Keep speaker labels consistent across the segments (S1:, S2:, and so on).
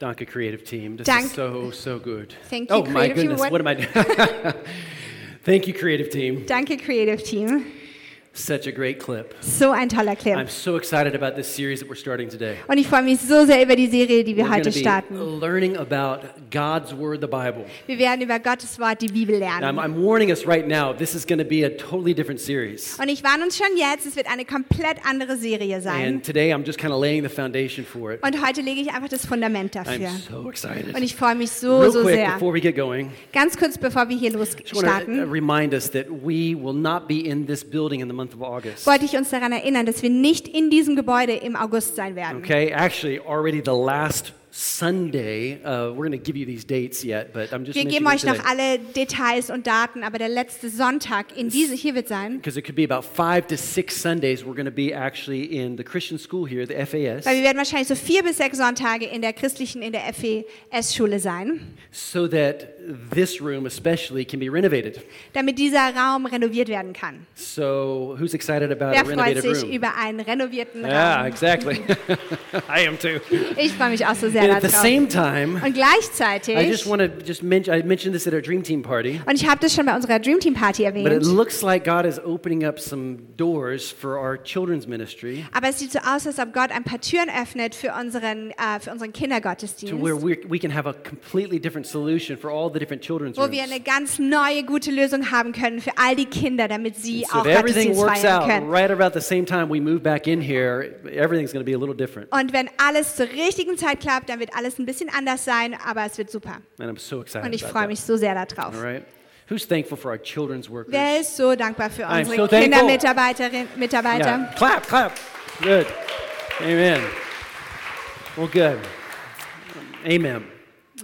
S1: Danke, creative team. This
S2: Dank-
S1: is so, so good.
S2: Thank
S1: oh,
S2: you,
S1: my
S2: creative team.
S1: goodness.
S2: What-
S1: What am I doing? Thank you, creative team.
S2: Danke, Creative Team.
S1: Such a great clip.
S2: So ein toller Clip.
S1: I'm so excited about this series that we're starting today.
S2: Und ich freue mich so sehr über die Serie, die wir
S1: We're
S2: heute
S1: going to be Oh.
S2: starten.
S1: learning about God's Word, the Bible.
S2: Wir werden über Gottes Wort, die Bibel
S1: And I'm,
S2: lernen.
S1: I'm warning us right now, this is going to be a totally different series.
S2: Und ich warne uns schon jetzt, es wird eine komplett andere Serie sein.
S1: And today I'm just kind of laying the foundation for it.
S2: Und heute lege ich einfach das Fundament
S1: I'm
S2: dafür.
S1: so
S2: Und
S1: excited.
S2: ich freue mich so,
S1: Real
S2: so
S1: quick,
S2: sehr.
S1: before we get going,
S2: Ganz kurz, bevor wir hier
S1: just want to
S2: losstarten,
S1: remind us that we will not be in this building in the month of August.
S2: wollte ich uns daran erinnern, dass wir nicht in diesem Gebäude im August sein werden.
S1: Okay, actually, already the last Sunday, uh, we're going to give you these dates yet, but I'm just
S2: Wir geben euch noch alle Details und Daten, aber der letzte Sonntag in diese hier wird sein,
S1: because it could be about five to six Sundays. We're going to be actually in the Christian school here, the FAS,
S2: weil wir werden wahrscheinlich so vier bis sechs Sonntage in der christlichen, in der FES-Schule sein,
S1: so that this room especially can be renovated.
S2: damit dieser Raum renoviert werden kann.
S1: So, who's excited about
S2: Wer
S1: a
S2: freut
S1: renovated
S2: sich
S1: room?
S2: über einen renovierten
S1: Yeah,
S2: Raum?
S1: exactly. I am too.
S2: Ich freue mich auch so
S1: And
S2: sehr
S1: at the
S2: darauf.
S1: same time,
S2: Und
S1: I just
S2: gleichzeitig,
S1: want to just mention. I mentioned this at our dream team party.
S2: und ich habe das schon bei unserer Dream Team Party
S1: But it
S2: erwähnt,
S1: looks like God is opening up some doors for our children's ministry.
S2: aber es sieht so aus, als ob Gott ein paar Türen öffnet für unseren, äh, für unseren Kindergottesdienst,
S1: to where we're, we can have a completely different solution for all the different children's
S2: wo
S1: rooms.
S2: wir eine ganz neue, gute Lösung haben können für all die Kinder, damit sie
S1: so
S2: auch
S1: if everything
S2: Gottesdienst
S1: works
S2: feiern
S1: out
S2: können.
S1: right about the same time we move back in here, everything's going to be a little different.
S2: Und wenn alles zur richtigen Zeit klappt, dann wird alles ein bisschen anders sein, aber es wird super.
S1: And I'm so excited
S2: Und ich
S1: about
S2: freue
S1: that.
S2: mich so sehr darauf.
S1: All right. Who's thankful for our children's workers?
S2: Wer ist so dankbar für
S1: I'm
S2: unsere
S1: so thankful.
S2: Kindermitarbeiterinnen Mitarbeiter?
S1: yeah. Clap, clap. Good. Amen. Well, good. Amen.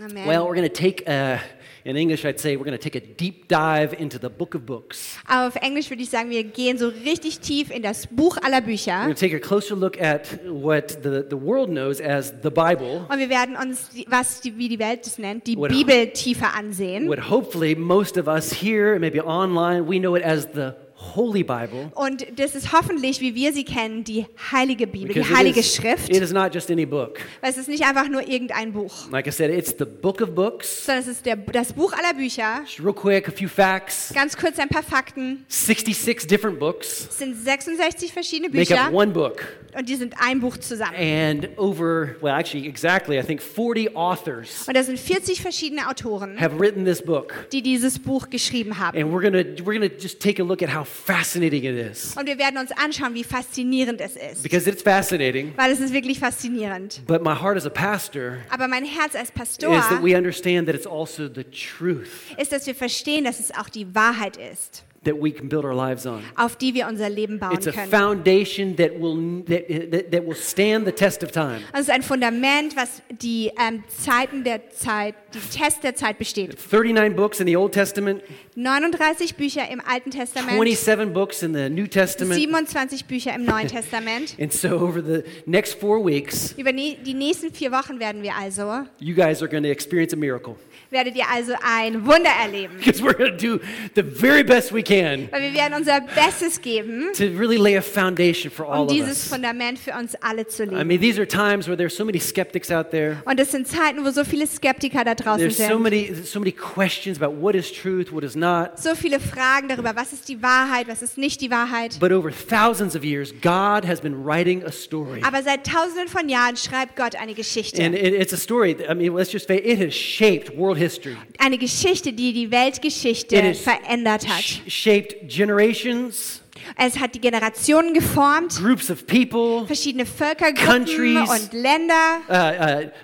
S2: Amen.
S1: Well, we're going to take, uh, in English, I'd say we're going to take a deep dive into the book of books.
S2: Aber auf Englisch würde ich sagen, wir gehen so richtig tief in das Buch aller
S1: We're
S2: Bücher
S1: going to take a closer look at what the, the world knows as the Bible.
S2: und wir werden uns, die- was die, wie die Welt es nennt, die
S1: What-
S2: Bibel tiefer ansehen.
S1: what hopefully most of us here and maybe online we know it as the holy bible
S2: Und das ist hoffentlich, wie wir sie kennen, die Heilige Bibel, die
S1: it
S2: Heilige
S1: is-
S2: Schrift.
S1: it is not just any book
S2: Weil es ist nicht einfach nur irgendein Buch,
S1: like i said it's the book of books
S2: sondern es ist der, das Buch aller Bücher.
S1: just real quick a few facts
S2: Ganz kurz ein paar Fakten.
S1: 66 different books
S2: Es sind 66 verschiedene
S1: make up
S2: Bücher
S1: one book
S2: und die sind ein Buch zusammen.
S1: and over well actually exactly i think 40 authors
S2: Und da sind 40 verschiedene Autoren,
S1: have written this book
S2: die dieses Buch geschrieben haben.
S1: and we're gonna we're gonna just take a look at how fascinating it is
S2: Und wir werden uns anschauen, wie faszinierend es ist.
S1: because it's fascinating
S2: Weil es ist wirklich faszinierend.
S1: but my heart as a pastor
S2: Aber mein Herz als Pastor
S1: is that we understand that it's also the truth
S2: ist, dass wir verstehen, dass es auch die Wahrheit ist,
S1: that we can build our lives on.
S2: auf die wir unser Leben bauen
S1: It's a
S2: können.
S1: foundation that will, that, that, that will stand the test of time.
S2: Und es ist ein Fundament, was die ähm, Zeiten der Zeit, die Test der Zeit besteht.
S1: 39 books in the Old Testament,
S2: 39 Bücher im Alten Testament,
S1: 27 books in the New Testament.
S2: 27 Bücher im Neuen Testament.
S1: And so, over the next four weeks,
S2: Über ne- die nächsten vier Wochen werden wir also,
S1: you guys are going to experience a miracle
S2: werdet ihr also ein Wunder erleben.
S1: because we're going to do the very best we can
S2: Weil wir werden unser Bestes geben,
S1: to really lay a foundation for all
S2: um
S1: of
S2: dieses
S1: us.
S2: Fundament für uns alle zu
S1: I
S2: legen.
S1: mean, these are times where there's so many skeptics out there.
S2: Und es sind Zeiten, wo so viele Skeptiker da draußen
S1: There's so
S2: sind.
S1: many, so many questions about what is truth, what is not.
S2: So viele Fragen darüber, was ist die Wahrheit, was ist nicht die Wahrheit.
S1: But over thousands of years, God has been writing a story.
S2: Aber seit tausenden von Jahren schreibt Gott eine Geschichte.
S1: And it, it's a story. that- I mean, let's just say it has shaped world history.
S2: Eine Geschichte, die die
S1: It
S2: Weltgeschichte
S1: has
S2: verändert hat.
S1: sh- shaped generations,
S2: Es hat die Generationen geformt,
S1: groups of people,
S2: verschiedene Völkergruppen
S1: Countries.
S2: und Länder.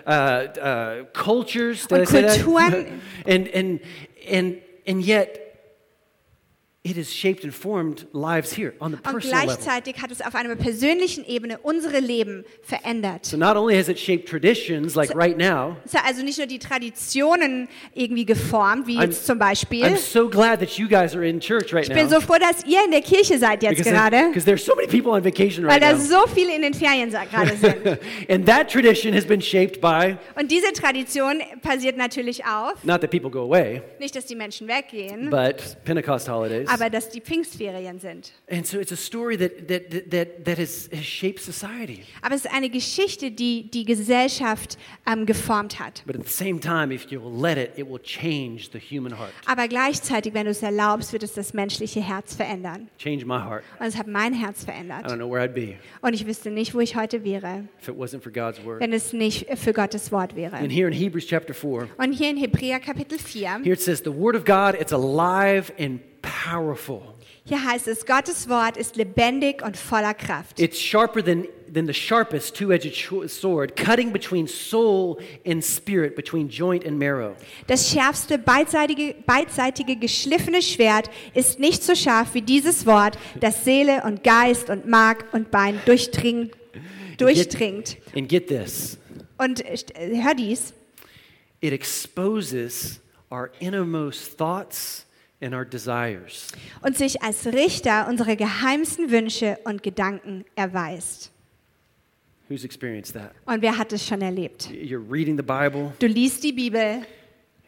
S1: uh, uh, uh, uh, cultures. Did
S2: Und
S1: I say that?
S2: Kulturen.
S1: and and and and yet. It has shaped and formed lives here on the
S2: Und
S1: personal level.
S2: gleichzeitig hat es auf einer persönlichen Ebene unsere Leben verändert.
S1: So not only has it shaped traditions like right now,
S2: Es hat also nicht nur die Traditionen irgendwie geformt, wie
S1: I'm-
S2: jetzt zum Beispiel.
S1: I'm so glad that you guys are in church right
S2: Ich bin
S1: now.
S2: so froh, dass ihr in der Kirche seid jetzt
S1: because there-
S2: gerade,
S1: 'cause there's so many people on vacation
S2: weil
S1: right
S2: da
S1: now.
S2: so viele in den Ferien sa- gerade sind.
S1: and that tradition has been shaped by
S2: Und diese Tradition passiert natürlich auf,
S1: not that people go away,
S2: nicht, dass die Menschen weggehen,
S1: but Pentecost holidays.
S2: aber dass die Pfingstferien sind.
S1: And so it's a story that, that, that, that has, has shaped society.
S2: Aber es ist eine Geschichte, die die Gesellschaft ähm, geformt hat.
S1: But at the same time, if you'll let it, it will change the human heart.
S2: Aber gleichzeitig, wenn du es erlaubst, wird es das menschliche Herz verändern.
S1: Change my heart.
S2: Und es hat mein Herz
S1: I
S2: verändert.
S1: don't know where I'd be
S2: Und ich wüsste nicht, wo ich heute wäre,
S1: if it wasn't for God's word.
S2: wenn es nicht für Gottes Wort wäre.
S1: And here in Hebrews chapter 4,
S2: Und hier in Hebräer Kapitel 4,
S1: here it says, The word of God, it's alive and powerful.
S2: hier heißt es, Gottes Wort ist lebendig und voller Kraft.
S1: It's sharper than, than the sharpest two edged sword, cutting between soul and spirit, between joint and marrow.
S2: Das schärfste beidseitige, beidseitige geschliffene Schwert ist nicht so scharf wie dieses Wort, das Seele und Geist und Mark und Bein durchdringt. durchdringt.
S1: And get this
S2: Und äh, st- äh, hör dies,
S1: it exposes our innermost thoughts and our desires.
S2: und sich als Richter unserer geheimsten Wünsche und Gedanken erweist.
S1: Who's experienced that?
S2: Und wer hat es schon erlebt?
S1: You're reading the Bible
S2: Du liest die Bibel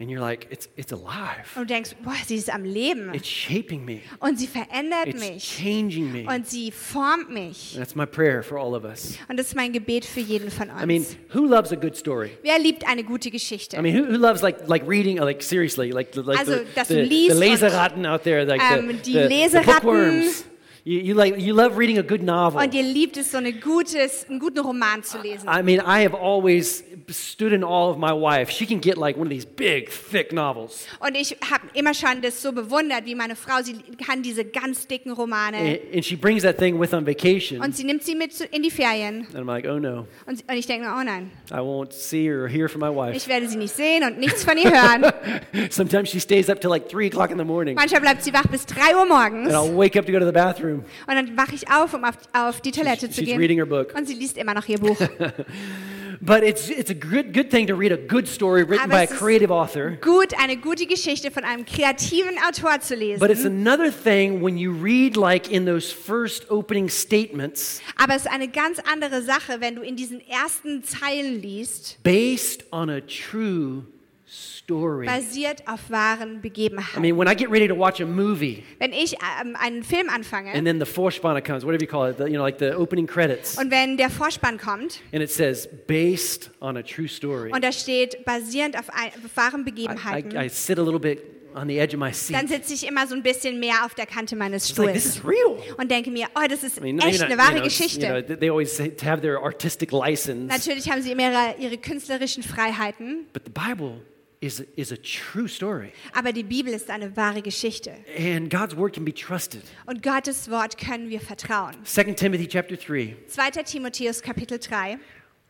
S1: and you're like, it's, it's alive.
S2: und du denkst, boah, sie ist am Leben
S1: It's shaping me.
S2: und sie verändert
S1: It's
S2: mich
S1: changing me.
S2: und sie formt mich.
S1: That's my prayer for all of us.
S2: Und das ist mein Gebet für jeden von
S1: I mean,
S2: uns.
S1: who loves a good story?
S2: Wer liebt eine gute Geschichte?
S1: I mean, who, who loves like like reading uh, like seriously like like
S2: Also,
S1: the,
S2: dass
S1: the,
S2: du
S1: the
S2: liest und-
S1: Leseratten out there like
S2: Ähm,
S1: Um, the,
S2: die
S1: the, the
S2: Leseratten.
S1: bookworms. You, you like you love reading a good novel.
S2: Und ihr liebt es, so eine gutes, einen guten Roman zu lesen.
S1: I mean, I have always stood in awe of my wife. She can get like one of these big, thick novels,
S2: Und ich habe immer schon das so bewundert, wie meine Frau, sie kann diese ganz dicken
S1: and,
S2: Romane.
S1: and she brings that thing with on vacation.
S2: Und
S1: And
S2: sie nimmt sie mit zu- in die Ferien.
S1: I'm like, oh no,
S2: Und, sie- und ich denke, mir, oh nein,
S1: I won't see or hear from my wife.
S2: ich werde sie nicht sehen und nichts von ihr hören.
S1: Sometimes she stays up till like three o'clock in the morning,
S2: Manchmal bleibt sie wach bis 3 Uhr morgens.
S1: and I'll
S2: Und
S1: wake up to go to the bathroom.
S2: dann wache ich auf, um auf, auf die Toilette
S1: She's-
S2: zu
S1: she's reading her
S2: gehen.
S1: book.
S2: Und sie liest immer noch ihr Buch.
S1: But it's it's a good good thing to read a good story written
S2: Aber
S1: by a
S2: es ist-
S1: creative author.
S2: Gut, eine gute Geschichte von einem kreativen Autor zu
S1: But it's
S2: lesen.
S1: another thing when you read, like in those first opening statements,
S2: Aber es ist eine ganz andere Sache, wenn du in diesen ersten Zeilen liest,
S1: based on a true story. I
S2: basiert auf wahren Begebenheiten.
S1: mean, when I get ready to watch a movie
S2: Wenn ich ähm, einen Film anfange
S1: and then the Vorspanne comes, whatever you call it, the, you know, like the opening credits,
S2: und wenn der Vorspann kommt
S1: and it says based on a true story,
S2: und da steht basierend auf, ein, auf wahren
S1: I,
S2: Begebenheiten,
S1: I sit a little bit on the edge of my seat.
S2: dann sitze ich immer so ein bisschen mehr auf der Kante meines
S1: It's like this
S2: Stuhls
S1: is real.
S2: und denke mir, oh, das ist
S1: I mean,
S2: echt
S1: you're
S2: eine
S1: not- you
S2: wahre
S1: know, it's- you know,
S2: Geschichte.
S1: they they always say to have their artistic license,
S2: Natürlich haben sie immer ihre, ihre künstlerischen Freiheiten,
S1: but the Bible is is a true story,
S2: aber die Bibel ist eine wahre Geschichte.
S1: and God's word can be trusted.
S2: Und Gottes Wort können wir vertrauen.
S1: 2 Timothy chapter 3.
S2: 2. Timotheus Kapitel 3.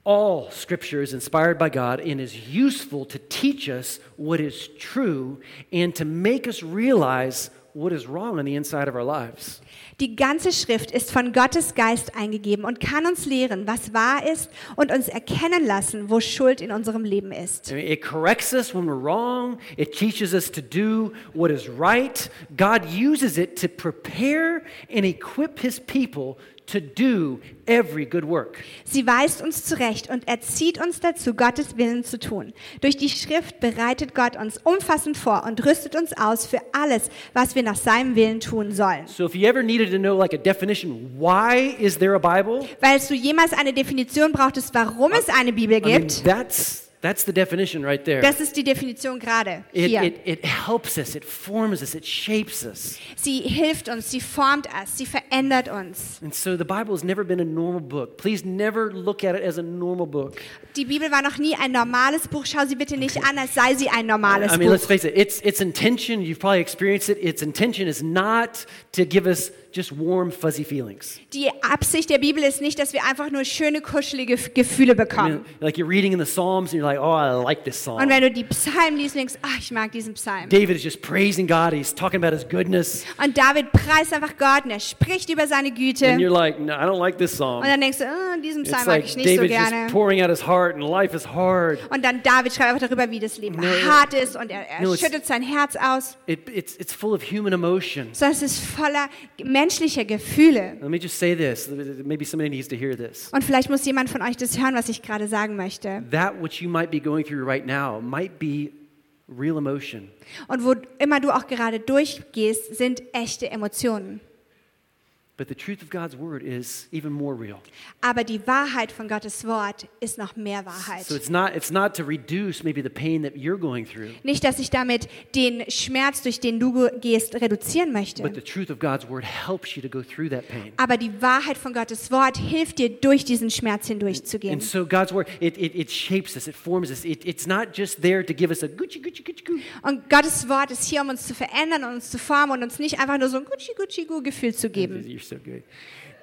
S1: All scripture is inspired by God and is useful to teach us what is true and to make us realize what is wrong on the inside of our lives.
S2: Die ganze Schrift ist von Gottes Geist eingegeben und kann uns lehren, was wahr ist und uns erkennen lassen, wo Schuld in unserem Leben
S1: I
S2: ist.
S1: mean, it corrects us when we're wrong, it teaches us to do what is right. God uses it to prepare and equip his people to do every good work.
S2: Sie weist uns zurecht und erzieht uns dazu, Gottes Willen zu tun. Durch die Schrift bereitet Gott uns umfassend vor und rüstet uns aus für alles, was wir nach seinem Willen tun sollen.
S1: So if you ever needed to know like a definition, why is there a Bible?
S2: Falls du jemals eine Definition brauchtest, warum es eine Bibel
S1: I mean,
S2: gibt,
S1: that's that's the definition right there.
S2: das ist die Definition gerade
S1: It,
S2: hier.
S1: it, it helps us, it forms us, it shapes us.
S2: Sie hilft uns, sie formt uns, sie verändert uns.
S1: And so the Bible has never been a normal book. Please never look at it as a normal book.
S2: Die Bibel war noch nie ein normales Buch. Schau sie bitte nicht an, als sei sie ein normales
S1: I mean, let's
S2: Buch.
S1: face it, its, its intention, you've probably experienced it, its intention is not to give us just warm, fuzzy feelings.
S2: Die Absicht der Bibel ist nicht, dass wir einfach nur schöne, kuschelige F- Gefühle
S1: I mean,
S2: bekommen.
S1: like you're reading in the Psalms and you're like, oh, I like this
S2: Und
S1: psalm.
S2: wenn du die Psalmen liest, denkst ach, ich mag diesen Psalm.
S1: David is just praising God, he's talking about his goodness.
S2: Und David preist einfach Gott und er spricht über seine Güte.
S1: And you're
S2: Und
S1: like, no, I don't like this psalm.
S2: dann denkst du, oh, diesen
S1: It's
S2: Psalm mag
S1: like
S2: ich nicht so
S1: David's
S2: gerne.
S1: just pouring out his heart and life is hard.
S2: Und dann David schreibt einfach darüber, wie das Leben
S1: No, it-
S2: hart ist und er, er
S1: No, it's-
S2: schüttet sein Herz aus.
S1: It, it's, it's full of human emotion.
S2: So, es ist voller menschlicher Gefühle.
S1: Let me just say this. Maybe somebody needs to hear this.
S2: Und vielleicht muss jemand von euch das hören, was ich gerade sagen möchte.
S1: That which you might be going through right now might be real emotion.
S2: Und wo immer du auch gerade durchgehst, sind echte Emotionen.
S1: But the truth of God's word is even more real.
S2: Aber die Wahrheit von Gottes Wort ist noch mehr Wahrheit.
S1: So it's not, it's not to reduce maybe the pain that you're going through,
S2: Nicht, dass ich damit den Schmerz, durch den du ge- gehst,
S1: but
S2: reduzieren
S1: the
S2: möchte.
S1: truth of God's word helps you to go through that pain.
S2: Aber die Wahrheit von Gottes Wort hilft dir, durch diesen Schmerz
S1: And
S2: hindurchzugehen.
S1: so God's word, it, it, it shapes us, it forms us. It, it's not just there to give us a Gucci, Gucci, Gucci, Gucci.
S2: Und Gottes Wort ist hier, um uns zu verändern und uns zu formen und uns nicht einfach nur so ein Gucci-Gucci-Gu-Gefühl zu geben.
S1: You're so good.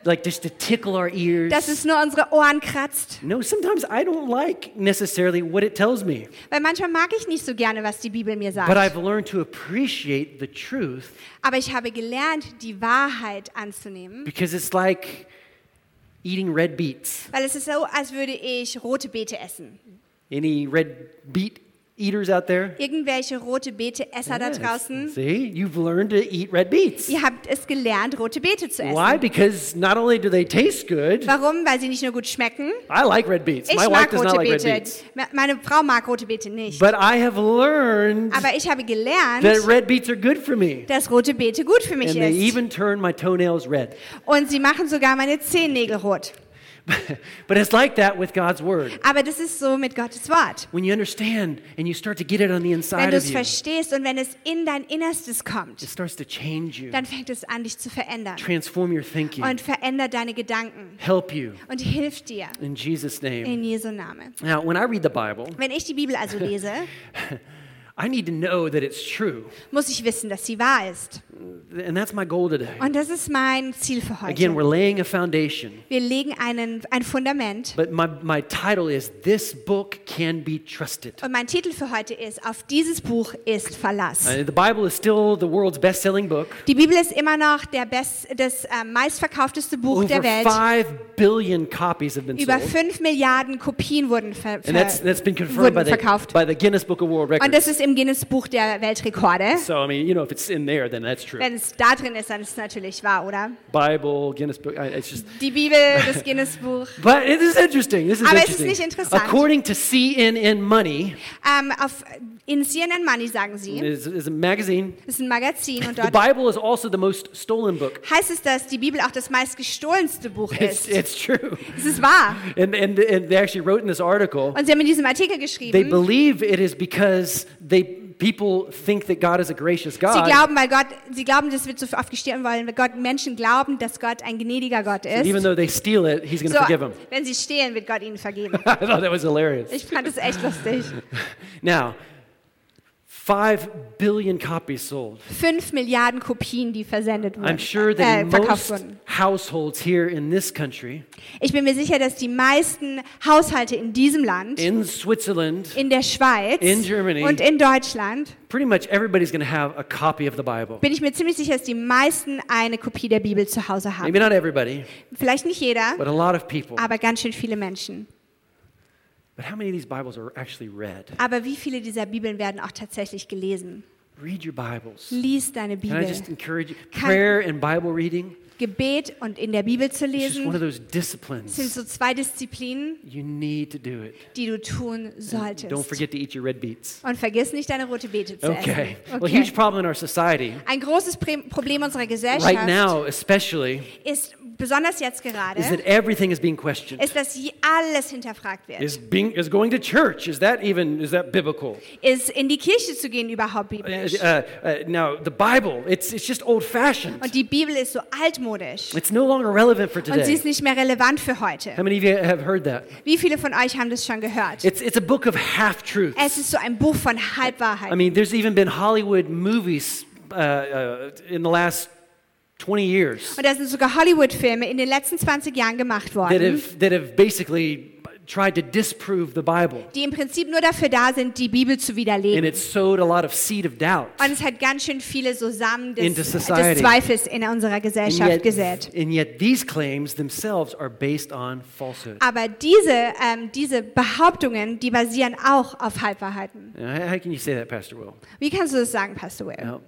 S1: Like just to tickle our ears.
S2: Dass es nur unsere Ohren kratzt.
S1: no, sometimes I don't like necessarily what it tells me,
S2: Weil manchmal mag ich nicht so gerne, was die Bibel mir
S1: but
S2: sagt.
S1: I've learned to appreciate the truth
S2: Aber ich habe gelernt, die Wahrheit anzunehmen.
S1: because it's like eating red beets.
S2: Weil es ist so, als würde ich rote Beete essen.
S1: Any red beet eaters out there?
S2: Irgendwelche rote Beete-Esser da
S1: Yes.
S2: draußen,
S1: See, you've learned to eat red beets.
S2: ihr habt es gelernt, rote Beete zu
S1: Why?
S2: essen.
S1: Because not only do they taste good,
S2: Warum? Weil sie nicht nur gut schmecken.
S1: I like red beets.
S2: Ich
S1: My wife
S2: mag
S1: does not
S2: rote
S1: like red
S2: Beete.
S1: beets.
S2: Me- Meine Frau mag rote Beete nicht.
S1: But I have learned
S2: Aber ich habe
S1: that
S2: gelernt,
S1: red beets are good for me.
S2: dass rote Beete gut für mich
S1: And they
S2: ist.
S1: even turn my toenails red.
S2: Und sie machen sogar meine Zehennägel rot.
S1: but it's like that with God's word.
S2: Aber das ist so mit Gottes Wort.
S1: When you understand and you start to get it on the
S2: Wenn
S1: inside
S2: du
S1: of
S2: es
S1: you, it
S2: verstehst und wenn es in dein Innerstes kommt,
S1: starts to change you,
S2: dann fängt es an, dich zu verändern.
S1: transform your thinking,
S2: Und verändert deine Gedanken
S1: help you
S2: und hilft dir
S1: in Jesus' name.
S2: in Jesu Name.
S1: Now, when I read the Bible,
S2: Wenn ich die Bibel also lese,
S1: I need to know that it's true.
S2: muss ich wissen, dass sie wahr ist.
S1: And that's my goal today.
S2: Und das ist mein Ziel für
S1: Again, we're
S2: heute.
S1: laying a foundation.
S2: Wir legen einen, ein Fundament.
S1: But my, my title is This Book Can Be Trusted.
S2: Und mein Titel für heute ist, auf dieses Buch ist Verlass.
S1: Uh, the Bible is still the world's best selling book.
S2: Die Bibel ist immer noch der best, das äh, meistverkaufteste Buch
S1: Over
S2: der Welt.
S1: 5 billion copies have been
S2: Über
S1: sold.
S2: 5 Milliarden Kopien wurden, ver
S1: And that's,
S2: ver
S1: that's been confirmed by
S2: wurden
S1: the,
S2: verkauft.
S1: by the Guinness Book of World
S2: Und
S1: Records.
S2: das ist im Guinness Buch der Weltrekorde.
S1: So, I mean, you know, if it's in there, then that's true.
S2: Wenn es da drin ist, dann ist es natürlich wahr, oder?
S1: Bible, Guinness Book, I- it's just.
S2: Die Bibel, das Guinness Buch.
S1: But it is interesting. This is
S2: Aber es ist
S1: interesting.
S2: nicht interessant.
S1: According to CNN Money,
S2: Ähm, auf, in CNN Money sagen sie,
S1: is, is a magazine,
S2: das ist ein Magazin und
S1: the
S2: dort
S1: Bible is also the most stolen book.
S2: heißt es, dass die Bibel auch das meistgestohlenste Buch
S1: It's,
S2: ist.
S1: it's true.
S2: Es ist wahr.
S1: And, and, and they actually wrote in this article,
S2: Und sie haben in diesem Artikel
S1: they
S2: geschrieben,
S1: believe it is because they people think that God is a gracious
S2: sie
S1: God.
S2: glauben, weil Gott, sie glauben, das wird so oft gestehen wollen, weil Gott, Menschen glauben, dass Gott ein gnädiger Gott ist.
S1: Even though they steal it, he's going to
S2: So,
S1: forgive them.
S2: wenn sie stehlen, wird Gott ihnen vergeben.
S1: I thought that was hilarious.
S2: Ich fand das echt lustig.
S1: Now, 5 billion copies sold.
S2: Fünf Milliarden Kopien, die versendet
S1: I'm
S2: wurden,
S1: sure that
S2: äh,
S1: in
S2: verkauft
S1: most
S2: wurden.
S1: households here in this country,
S2: Ich bin mir sicher, dass die meisten Haushalte in diesem Land,
S1: in Switzerland,
S2: in der Schweiz
S1: In Germany.
S2: und in Deutschland,
S1: pretty much everybody's going to have a copy of the Bible.
S2: bin ich mir ziemlich sicher, dass die meisten eine Kopie der Bibel zu Hause haben.
S1: Maybe not everybody,
S2: Vielleicht nicht jeder,
S1: but a lot of people.
S2: aber ganz schön viele Menschen.
S1: But how many of these Bibles are actually read?
S2: Aber wie viele dieser Bibeln werden auch tatsächlich gelesen?
S1: Read your Bibles.
S2: Lies deine
S1: Can I
S2: Bibel.
S1: just encourage you?
S2: Kann-
S1: Prayer and Bible reading
S2: Gebet und in der Bibel zu
S1: is just one of
S2: lesen
S1: those
S2: sind
S1: disciplines.
S2: so zwei Disziplinen,
S1: You need to do it.
S2: die du tun solltest.
S1: Don't forget to eat your red beets.
S2: Und vergiss nicht, deine rote Beete zu
S1: Okay.
S2: essen.
S1: Well, huge problem in our society
S2: Ein großes Pre- Problem unserer Gesellschaft
S1: right now, especially,
S2: ist, besonders jetzt gerade,
S1: is that everything is being questioned.
S2: ist, dass je- alles hinterfragt wird.
S1: Is being is going to church? Is that even is that biblical?
S2: Ist in die Kirche zu gehen überhaupt biblisch?
S1: Uh, uh, now the Bible, it's it's just old fashioned.
S2: Und die Bibel ist so altmodisch.
S1: It's no longer relevant for
S2: Und sie
S1: today.
S2: ist nicht mehr relevant für
S1: How
S2: heute.
S1: many of you have heard that?
S2: Wie viele von euch haben das schon gehört?
S1: It's it's a book of half
S2: Es
S1: truths.
S2: ist so ein Buch von
S1: I
S2: Halbwahrheiten.
S1: mean, there's even been Hollywood movies uh, uh, in the last 20 years
S2: Und da sind sogar Hollywood-Filme in den letzten 20 Jahren gemacht
S1: that
S2: worden,
S1: have that have basically tried to disprove the Bible,
S2: die im Prinzip nur dafür da sind, die Bibel zu
S1: and
S2: widerlegen.
S1: it sowed a lot of seed of doubt.
S2: Und es hat ganz schön viele so Samen
S1: Into
S2: des, des
S1: society.
S2: Zweifels in unserer
S1: And
S2: Gesellschaft
S1: yet,
S2: gesät.
S1: and yet, these claims themselves are based on falsehood.
S2: Aber diese, ähm, diese Behauptungen, die basieren auch auf Halbwahrheiten.
S1: Now, How how can you say that, Pastor Will?
S2: Wie kannst du das sagen, Pastor Will?
S1: Now,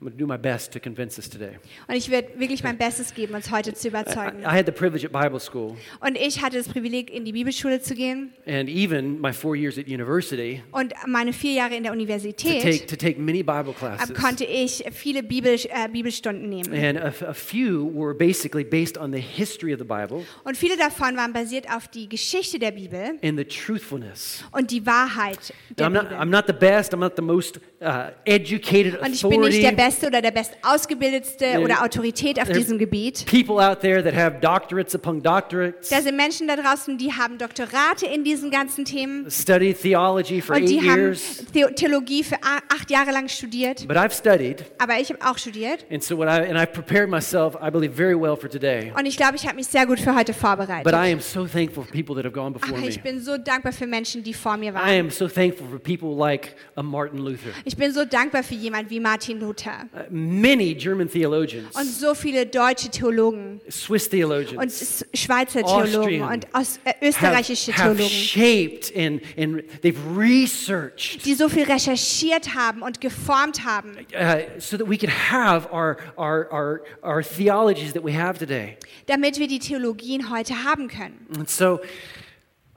S1: I'm going to do my best to convince us today.
S2: Und ich werde wirklich
S1: Äh,
S2: mein Bestes geben, uns heute zu überzeugen.
S1: I had the privilege at Bible school
S2: Und ich hatte das Privileg, in die Bibelschule zu gehen
S1: and even my four years at university
S2: und meine vier Jahre in der
S1: to take,
S2: Universität
S1: to take many Bible
S2: ähm,
S1: classes.
S2: konnte ich viele Bibel, äh, Bibelstunden nehmen.
S1: And a, a few were basically based on the history of the Bible
S2: Und viele davon waren basiert auf die Geschichte der Bibel
S1: and the truthfulness.
S2: und die Wahrheit
S1: Now,
S2: der
S1: I'm, not,
S2: Bibel.
S1: I'm not the best, I'm not the most uh, educated
S2: Und ich bin nicht der
S1: authority.
S2: Beste oder der Bestausgebildetste oder Autorität auf
S1: There's
S2: diesem Gebiet.
S1: People out there that have doctorates upon doctorates,
S2: Da sind Menschen da draußen, die haben Doktorate in diesen ganzen Themen
S1: studied theology for
S2: und
S1: eight
S2: die haben
S1: years.
S2: Theo- Theologie für a- acht Jahre lang studiert.
S1: But I've studied,
S2: Aber ich habe auch studiert
S1: and so what I and I've prepared myself, I believe, very well for today.
S2: und ich glaube, ich habe mich sehr gut für heute
S1: But I
S2: vorbereitet.
S1: am so thankful for people that have gone before
S2: Aber
S1: me.
S2: ich bin so dankbar für Menschen, die vor mir
S1: I
S2: waren.
S1: am so thankful for people like a Martin Luther.
S2: Ich bin so dankbar für jemanden wie Martin Luther
S1: Uh, many German
S2: und
S1: theologians,
S2: so viele deutsche Theologen
S1: Swiss
S2: und
S1: theologians,
S2: S- Schweizer Theologen
S1: Austrian
S2: und aus, äh,
S1: have,
S2: österreichische
S1: have
S2: Theologen,
S1: shaped and, and they've researched
S2: die so viel recherchiert haben und geformt haben,
S1: uh, so that we can have our, our, our, our theologies that we have today.
S2: damit wir die Theologien heute haben können.
S1: And so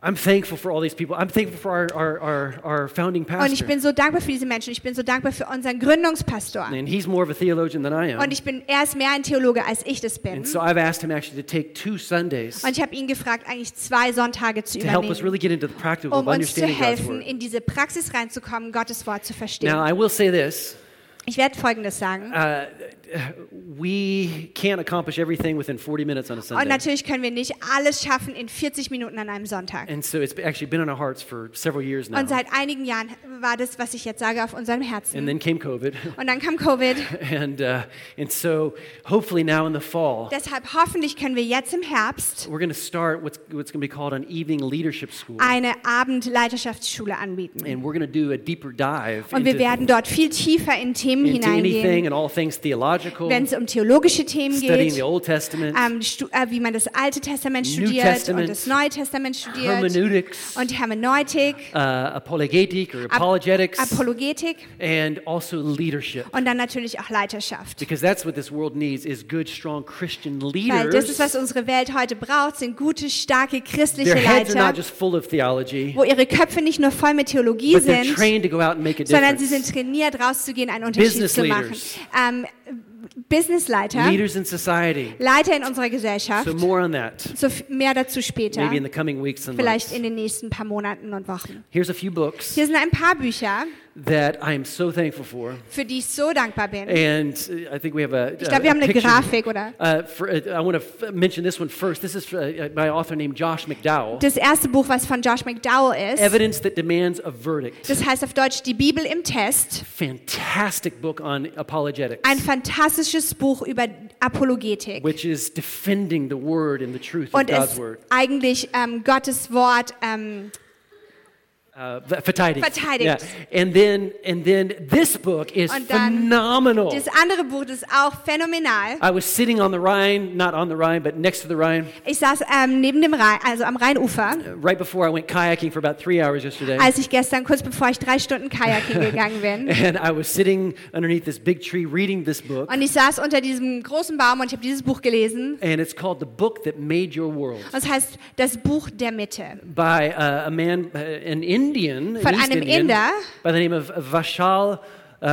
S1: I'm thankful for all these people. I'm thankful for our, our, our, our founding
S2: Und ich
S1: pastor.
S2: bin so dankbar für diese Menschen. Ich bin so dankbar für unseren Gründungspastor.
S1: And he's more of a theologian than I am.
S2: Und ich bin, er ist mehr ein Theologe, als ich das bin.
S1: And so I've asked him actually to take two Sundays
S2: Und ich habe ihn gefragt, eigentlich zwei Sonntage zu
S1: to help us
S2: übernehmen,
S1: really get into the practical
S2: um
S1: of
S2: uns zu
S1: understanding God's
S2: helfen,
S1: Word.
S2: in diese Praxis reinzukommen, Gottes Wort zu
S1: Now,
S2: verstehen.
S1: I will say this
S2: Ich werde Folgendes sagen.
S1: uh, we can't accomplish everything within 40 minutes on a
S2: Und
S1: Sunday.
S2: natürlich können wir nicht alles schaffen in 40 Minuten an einem Sonntag.
S1: And so it's actually been on our hearts for several years now.
S2: Und seit einigen Jahren war das, was ich jetzt sage, auf unserem
S1: And
S2: Herzen.
S1: then came COVID.
S2: Und dann kam Covid.
S1: And, uh, and so hopefully now in the fall,
S2: Deshalb hoffentlich können wir jetzt im Herbst
S1: we're going to start what's, what's going to be called an evening leadership school.
S2: eine Abendleiterschaftsschule anbieten.
S1: And we're going to do a deeper dive
S2: Und wir
S1: into,
S2: werden dort viel tiefer in Themen
S1: into
S2: hineingehen,
S1: anything and all things theological,
S2: wenn es um theologische Themen
S1: studying
S2: geht.
S1: the Old Testament,
S2: ähm, stu- äh, wie man das Alte Testament
S1: New
S2: studiert
S1: Testament,
S2: und das Neue Testament studiert
S1: hermeneutics,
S2: und Hermeneutik,
S1: uh, apologetic or apologetics,
S2: Apologetik
S1: and also leadership.
S2: und dann natürlich auch Leiterschaft.
S1: Because that's what this world needs is good, strong Christian
S2: Weil das ist,
S1: leaders.
S2: was unsere Welt heute braucht, sind gute, starke christliche
S1: Their heads are
S2: Leiter,
S1: not just full of theology,
S2: wo ihre Köpfe nicht nur voll mit Theologie
S1: but they're
S2: sind,
S1: trained to go out and make a
S2: sondern sie sind
S1: difference.
S2: trainiert, rauszugehen, einen Unterschied
S1: Business
S2: zu machen.
S1: leaders.
S2: Ähm, Businessleiter,
S1: Leaders in society.
S2: Leiter in unserer Gesellschaft,
S1: So more on that,
S2: so f- mehr dazu später,
S1: maybe in the coming weeks and
S2: vielleicht
S1: months.
S2: in den nächsten paar Monaten und Wochen.
S1: Here's a few books
S2: Hier sind ein paar Bücher,
S1: that I am so thankful for,
S2: für die ich so dankbar bin.
S1: and uh, I think we have a.
S2: Ich glaube, wir haben eine
S1: picture.
S2: Grafik, oder?
S1: Uh, for, uh, I want to f- mention this one first. This is uh, by an author named Josh McDowell.
S2: Das erste Buch, was von Josh McDowell ist,
S1: Evidence that demands a verdict.
S2: das heißt auf Deutsch Die Bibel im Test.
S1: Fantastic book on apologetics,
S2: Ein fantastisches Buch über Apologetik.
S1: which is defending the word and the truth of
S2: Und
S1: God's
S2: ist
S1: word.
S2: eigentlich ähm, Gottes Wort. Ähm,
S1: Uh, v- verteidigt.
S2: Verteidigt.
S1: Yeah. And then and then this book is
S2: Und dann
S1: phenomenal.
S2: das andere Buch, das ist auch phänomenal.
S1: I was sitting on the Rhine, not on the Rhine, but next to the Rhine,
S2: Ich saß ähm, neben dem Rhein, also am Rheinufer,
S1: uh, right before I went kayaking for about three hours yesterday.
S2: als ich gestern, kurz bevor ich drei Stunden Kajaking gegangen bin.
S1: and I was sitting underneath this big tree reading this book.
S2: Und ich saß unter diesem großen Baum und ich habe dieses Buch gelesen.
S1: And it's called The Book That Made Your World
S2: Und es heißt Das Buch der Mitte.
S1: by uh, a man, uh, an Indian, an
S2: Von
S1: East
S2: einem
S1: Indian,
S2: Inder.
S1: by the name of Vashal uh,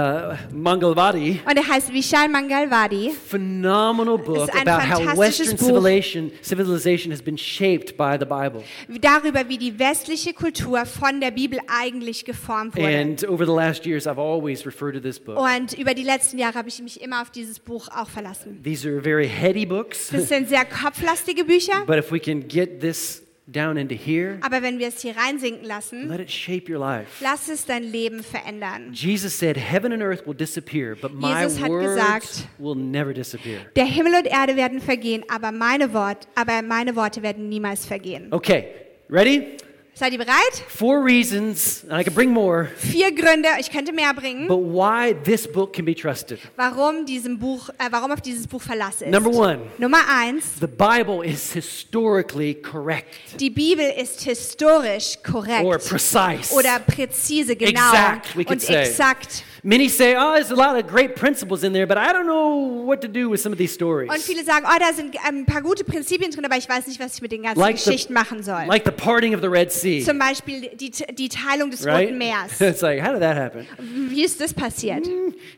S1: Mangalwadi.
S2: Und er heißt Vishal Mangalwadi.
S1: Phenomenal book
S2: ein
S1: about how
S2: fantastisches
S1: Western
S2: Buch.
S1: civilization, civilization has been shaped by the Bible.
S2: darüber, wie die westliche Kultur von der Bibel eigentlich geformt wurde.
S1: And over the last years, I've always referred to this book.
S2: und über die letzten Jahre habe ich mich immer auf dieses Buch auch verlassen.
S1: These are very heady books,
S2: Das sind sehr kopflastige Bücher,
S1: but if we can get this down into here,
S2: aber wenn wir es hier reinsinken lassen,
S1: let it shape your life.
S2: lass es dein Leben verändern.
S1: Jesus said, Heaven and earth will disappear, but my
S2: Jesus hat
S1: words
S2: gesagt-
S1: will never disappear.
S2: Der Himmel und Erde werden
S1: Oh.
S2: vergehen, aber meine, Wort, aber meine Worte werden niemals vergehen.
S1: Okay, ready?
S2: Seid ihr bereit?
S1: Four reasons, and I could bring more,
S2: Vier Gründe, ich könnte mehr bringen,
S1: but why this book can be trusted.
S2: warum, diesem Buch, äh, warum auf dieses Buch Verlass ist.
S1: Number one.
S2: Nummer eins,
S1: The Bible is historically correct
S2: die Bibel ist historisch
S1: or
S2: korrekt
S1: precise.
S2: oder präzise, genau
S1: Exact, we could
S2: und
S1: say.
S2: exakt.
S1: Many say, oh, there's a lot of great principles in there, but I don't know what to do with some of these stories.
S2: Und viele sagen, oh, da sind ein paar gute Prinzipien drin, aber ich weiß nicht, was ich mit den ganzen
S1: Like the,
S2: Geschichten machen soll.
S1: like the parting of the Red Sea,
S2: Zum Beispiel die, die Teilung des
S1: right?
S2: Roten Meers.
S1: it's like, how did that happen?
S2: Wie ist das passiert?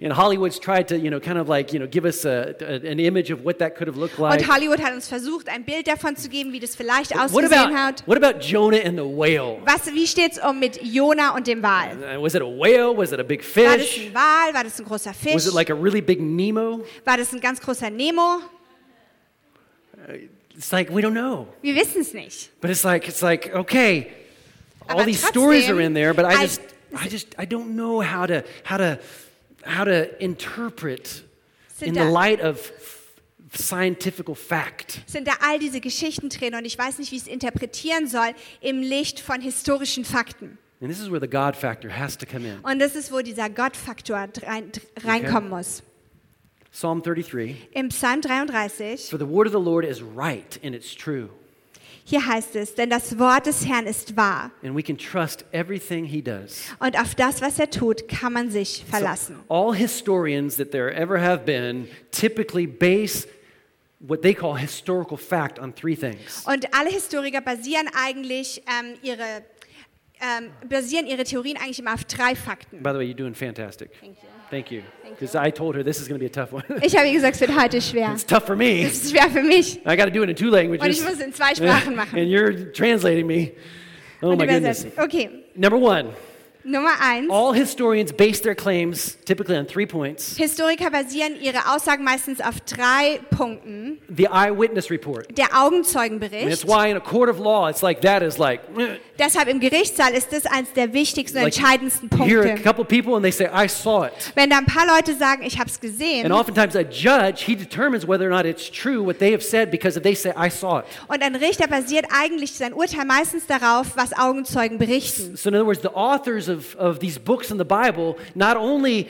S1: And Hollywood's tried to, you know, kind of like, you know, give us a, a- an image of what that could have looked like.
S2: Und Hollywood hat uns versucht, ein Bild davon zu geben, wie das vielleicht
S1: What
S2: ausgesehen
S1: about,
S2: hat.
S1: what about Jonah and the whale?
S2: Was, wie steht's um mit Jona und dem Wal?
S1: Uh, Was it a whale? Was it a big
S2: War das
S1: fish?
S2: ein Wal? War das ein großer
S1: Was
S2: Fisch?
S1: it like a really big Nemo?
S2: War das ein ganz großer Nemo?
S1: It's like we don't know.
S2: Wir wissen es nicht.
S1: But it's like it's like okay, all
S2: Aber
S1: these stories
S2: trotzdem,
S1: are in there, but I
S2: I-
S1: just I just I don't know how to how to how to interpret
S2: Sit
S1: in the
S2: down.
S1: light of f- scientifical fact.
S2: Sind da all diese Geschichten drin und ich weiß nicht, wie ich es interpretieren soll im Licht von historischen Fakten.
S1: And this is where the God factor has to come in.
S2: Und das ist, wo dieser Gottfaktor rein, reinkommen muss.
S1: Psalm 33,
S2: Im Psalm 33,
S1: for the word of the Lord is right and it's true,
S2: hier heißt es, denn das Wort des Herrn ist wahr
S1: and we can trust everything he does.
S2: und auf das, was er tut, kann man sich
S1: So
S2: verlassen.
S1: all historians that there ever have been typically base what they call historical fact on three things.
S2: Und alle Historiker basieren eigentlich ähm, ihre, ähm, basieren ihre Theorien eigentlich immer auf drei Fakten.
S1: By the way, you're doing fantastic.
S2: Thank you.
S1: Thank you.
S2: Thank
S1: Because I told her this is going to be a tough one.
S2: Ich habe ihr gesagt, es wird heute schwer.
S1: it's tough for me.
S2: Es ist schwer für mich.
S1: I got to do it in two
S2: Und ich
S1: languages.
S2: muss es in zwei Sprachen machen.
S1: and you're translating me. Oh
S2: Und
S1: my goodness.
S2: übersetzen. Okay,
S1: Number one,
S2: Nummer eins.
S1: all historians base their claims typically on three points
S2: Historiker basieren ihre Aussagen meistens auf drei Punkten.
S1: the eyewitness report.
S2: Der
S1: And it's
S2: Augenzeugenbericht.
S1: why in a court of law, it's like that is like, eh,
S2: Deshalb im Gerichtssaal ist das eines der wichtigsten und
S1: like
S2: entscheidendsten
S1: you hear a
S2: Punkte.
S1: couple people and they say, I saw it.
S2: Wenn da ein paar Leute sagen, ich habe es gesehen,
S1: And oftentimes a judge, he determines whether or not it's true what they have said because if they say, I saw it.
S2: und ein Richter basiert eigentlich sein Urteil meistens darauf, was Augenzeugen berichten.
S1: So in other words, the authors of, of these books in the Bible, not only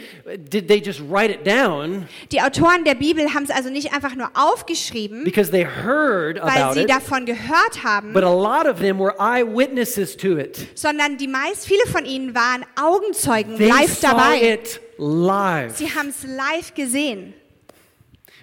S1: did they just write it down
S2: Die Autoren der Bibel haben es also nicht einfach nur aufgeschrieben,
S1: because they heard
S2: weil
S1: about
S2: sie
S1: it,
S2: davon gehört haben,
S1: but a lot of them were eyewitnesses to it.
S2: sondern die meist, viele von ihnen waren Augenzeugen
S1: They
S2: live
S1: saw
S2: dabei.
S1: it live.
S2: Sie haben es live gesehen.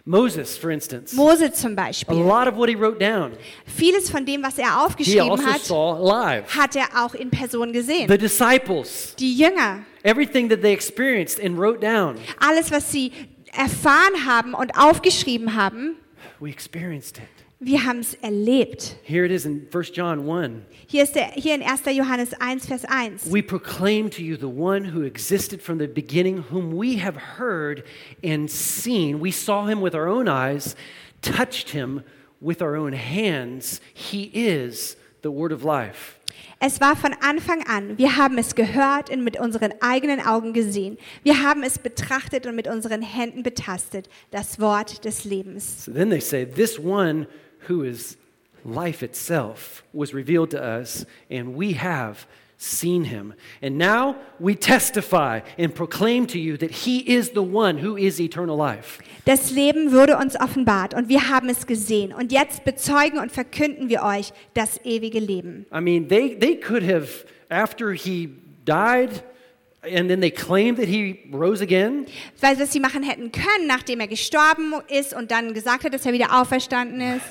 S1: Moses, for instance,
S2: Mose zum
S1: a
S2: Beispiel.
S1: lot of what he wrote down,
S2: Vieles von dem, was er
S1: he
S2: aufgeschrieben
S1: also
S2: hat,
S1: saw live.
S2: hat er auch in Person gesehen.
S1: The disciples,
S2: Die Jünger,
S1: everything that they experienced and wrote down,
S2: alles, was sie erfahren haben und aufgeschrieben haben,
S1: we experienced it.
S2: wir haben es erlebt.
S1: Here it is in 1 John 1.
S2: Hier, ist der, hier in 1. Johannes 1, Vers 1.
S1: We proclaim to you the one who existed from the beginning, whom we have heard and seen. We saw him with our own eyes, touched him with our own hands. He is the word of life.
S2: Es war von Anfang an. Wir haben es gehört und mit unseren eigenen Augen gesehen. Wir haben es betrachtet und mit unseren Händen betastet. Das Wort des Lebens.
S1: So then they say, This one who is life itself was revealed to us, and we have seen him. And now we testify and proclaim to you that he is the one who is eternal life.
S2: Das Leben wurde uns offenbart und wir haben es gesehen. Und jetzt bezeugen und verkünden wir euch das ewige Leben.
S1: I mean, they, they could have, after he died, and then they claimed that he rose again,
S2: Weil was sie machen hätten können, nachdem er gestorben ist und dann gesagt hat, dass er wieder auferstanden ist,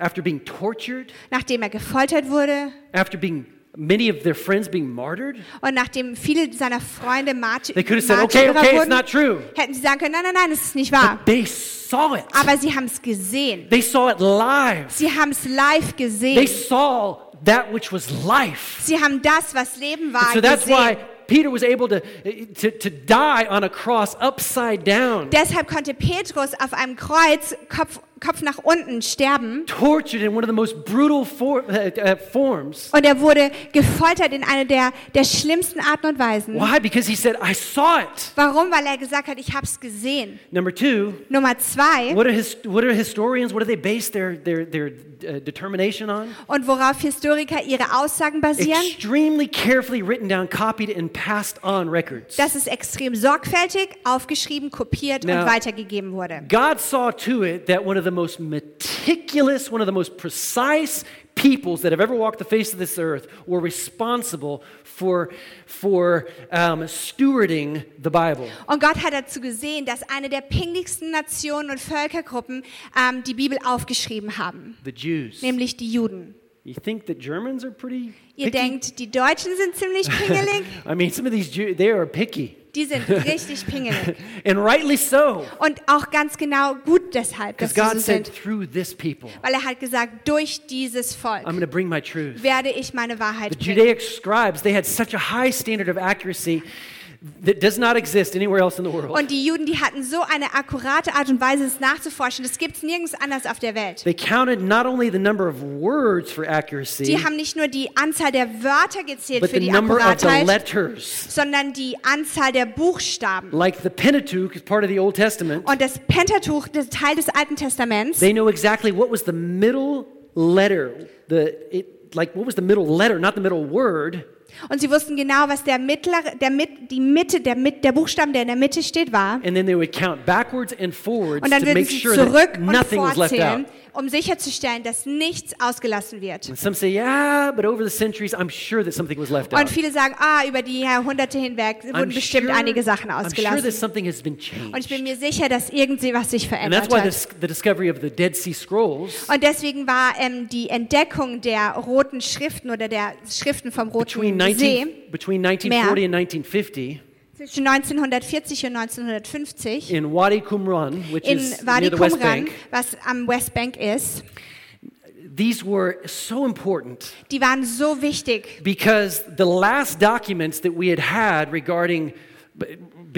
S1: after being tortured,
S2: nachdem er gefoltert wurde
S1: after being many of their friends being martyred.
S2: und nachdem viele seiner Freunde Marty
S1: They could have said, okay,
S2: Märtyrer
S1: okay, it's
S2: wurden,
S1: not true.
S2: hätten sie sagen können, nein, nein, nein, es ist nicht wahr.
S1: But they saw it.
S2: Aber sie haben es gesehen.
S1: They saw it live.
S2: Sie haben es live
S1: They
S2: gesehen.
S1: saw that which was life.
S2: Sie haben das, was Leben war,
S1: So that's why
S2: gesehen.
S1: Peter was able to, to, to die on a cross upside down.
S2: Deshalb konnte Petrus auf einem Kreuz Kopf Kopf nach unten sterben.
S1: tortured in one of the most brutal for, uh, uh, forms.
S2: Und er wurde gefoltert in einer der, der schlimmsten Arten und Weisen.
S1: Why? Because he said, I saw it.
S2: Warum? Weil er gesagt hat, ich habe es gesehen.
S1: Number two,
S2: Nummer zwei.
S1: what are, his, what are historians, what do they base their, their, their uh, determination on?
S2: Und worauf Historiker ihre Aussagen basieren,
S1: Extremely carefully written down, copied, and passed on records.
S2: dass es extrem sorgfältig aufgeschrieben, kopiert
S1: Now-
S2: und weitergegeben wurde.
S1: God saw to it that one of the most meticulous, one of the most precise peoples that have ever walked the face of this earth were responsible for, for um, stewarding the Bible.
S2: Und Gott hat dazu gesehen, dass eine der pingligsten Nationen und Völkergruppen ähm, die Bibel aufgeschrieben haben,
S1: The Jews.
S2: nämlich die Juden.
S1: You think that Germans are pretty
S2: Ihr
S1: picky?
S2: denkt, die Deutschen sind ziemlich pingelig?
S1: I mean, some of these Jews, they are picky.
S2: Die sind richtig pingelig.
S1: And rightly so.
S2: Und auch ganz genau gut deshalb,
S1: Because
S2: dass sie so
S1: God said,
S2: sind.
S1: through this people,
S2: Weil er hat gesagt, durch dieses
S1: I'm
S2: Volk
S1: going to bring my truth.
S2: werde ich meine
S1: The
S2: Wahrheit bringen.
S1: Judaic scribes, they had such a high standard of accuracy that does not exist anywhere else in the world.
S2: Und die Juden, die hatten so eine akkurate Art und Weise, es nachzuforschen. Das gibt es nirgends anders auf der Welt.
S1: They counted not only the number of words for accuracy,
S2: Die haben nicht nur die Anzahl der Wörter gezählt
S1: but
S2: für
S1: the
S2: die
S1: number of the
S2: Akkuratheit,
S1: letters.
S2: sondern die Anzahl der Buchstaben.
S1: Like the Pentateuch is part of the Old Testament,
S2: Und das Pentateuch, das Teil des Alten Testaments,
S1: they know exactly what was the middle letter, the it, like what was the middle letter, not the middle word,
S2: und sie wussten genau, was der mittlere, der mit, die Mitte, der, mit, der Buchstaben, der in der Mitte steht, war.
S1: and then they would count backwards and forwards
S2: Und dann
S1: to
S2: würden
S1: make
S2: sie
S1: sure
S2: zurück
S1: that
S2: und
S1: nothing was left
S2: vorzählen,
S1: out.
S2: um sicherzustellen, dass nichts ausgelassen wird.
S1: And some say, yeah, but over the centuries, I'm sure that something was left
S2: Und
S1: out.
S2: viele sagen, ah, über die Jahrhunderte hinweg wurden
S1: I'm
S2: bestimmt einige Sachen
S1: I'm sure that
S2: ausgelassen.
S1: something has been
S2: Und ich bin
S1: changed.
S2: mir sicher, dass irgendwie was sich
S1: And that's
S2: verändert
S1: why
S2: hat.
S1: this, the discovery of the Dead Sea Scrolls
S2: Und deswegen war ähm, die Entdeckung der roten Schriften oder der Schriften vom
S1: between,
S2: Roten
S1: 19,
S2: See
S1: between 1940 and 1950
S2: zwischen 1940 und 1950
S1: in Wadi Qumran, which
S2: in
S1: is
S2: Wadi
S1: near the West
S2: Qumran,
S1: Bank,
S2: was am Westbank ist,
S1: these were so important
S2: die waren so wichtig.
S1: because the last documents that we had had regarding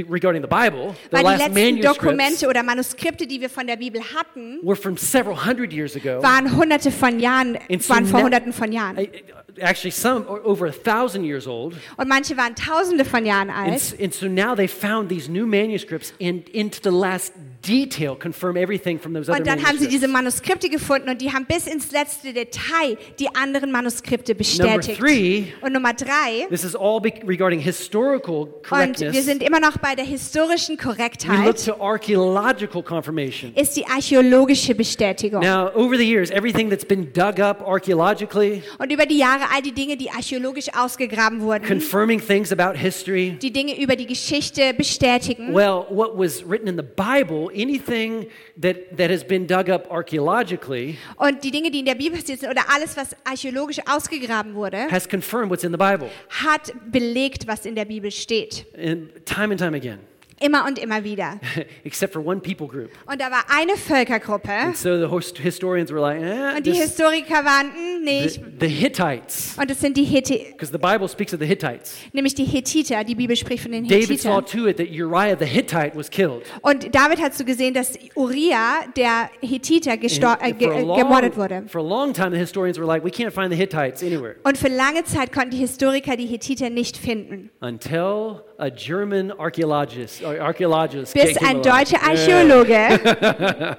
S1: regarding the Bible, the
S2: Weil die
S1: last
S2: letzten
S1: manuscripts,
S2: Dokumente oder Manuskripte, die wir von der Bibel hatten,
S1: were from several hundred years ago.
S2: waren hunderte von Jahren,
S1: And so
S2: waren vor
S1: now-
S2: hunderten von Jahren.
S1: I- Actually, some are over a thousand years old.
S2: Und manche waren tausende von Jahren
S1: And,
S2: alt.
S1: s- and so now they found these new manuscripts and into the last detail confirm everything from those other
S2: Und dann haben sie
S1: manuscripts.
S2: diese Manuskripte gefunden und die haben bis ins letzte Detail die anderen Manuskripte bestätigt.
S1: three-
S2: Und Nummer drei,
S1: This is all be- regarding historical
S2: und
S1: correctness.
S2: wir sind immer noch bei der historischen
S1: we look
S2: Korrektheit,
S1: to archaeological confirmation.
S2: ist die archäologische Bestätigung.
S1: Now, over the years, everything that's been dug up archaeologically,
S2: Und über die Jahre all die Dinge, die archäologisch ausgegraben wurden,
S1: confirming things about history.
S2: die Dinge über die Geschichte bestätigen.
S1: Well, what was written in the Bible, anything that, that has been dug up archaeologically,
S2: Und die Dinge, die in der Bibel sitzen oder alles, was archäologisch ausgegraben wurde,
S1: has confirmed what's in the Bible,
S2: hat belegt, was in der Bibel steht.
S1: and time and time again,
S2: Immer und immer wieder.
S1: except for one people group.
S2: Und da war eine Völkergruppe
S1: And so the host- historians were like, eh,
S2: und die
S1: this-
S2: Historiker waren, "Hm, nee, ich
S1: the, the Hittites,
S2: Und das sind die Hethiter,
S1: because the Bible speaks of the Hittites.
S2: nämlich die Hethiter. Die Bibel spricht von den
S1: David saw
S2: Hethitern.
S1: to it that Uriah the Hittite was killed.
S2: Und David hat so gesehen, dass Uriah, der Hethiter, gestor- äh,
S1: And
S2: ge
S1: for, a
S2: äh,
S1: long,
S2: gemordet wurde.
S1: for a long time, the historians were like, we can't find the Hittites anywhere.
S2: Und für lange Zeit konnten die Historiker die Hethiter nicht finden,
S1: Until a German archaeologist, or archaeologist
S2: bis
S1: came
S2: ein
S1: along.
S2: deutscher Archäologe,
S1: "Eh."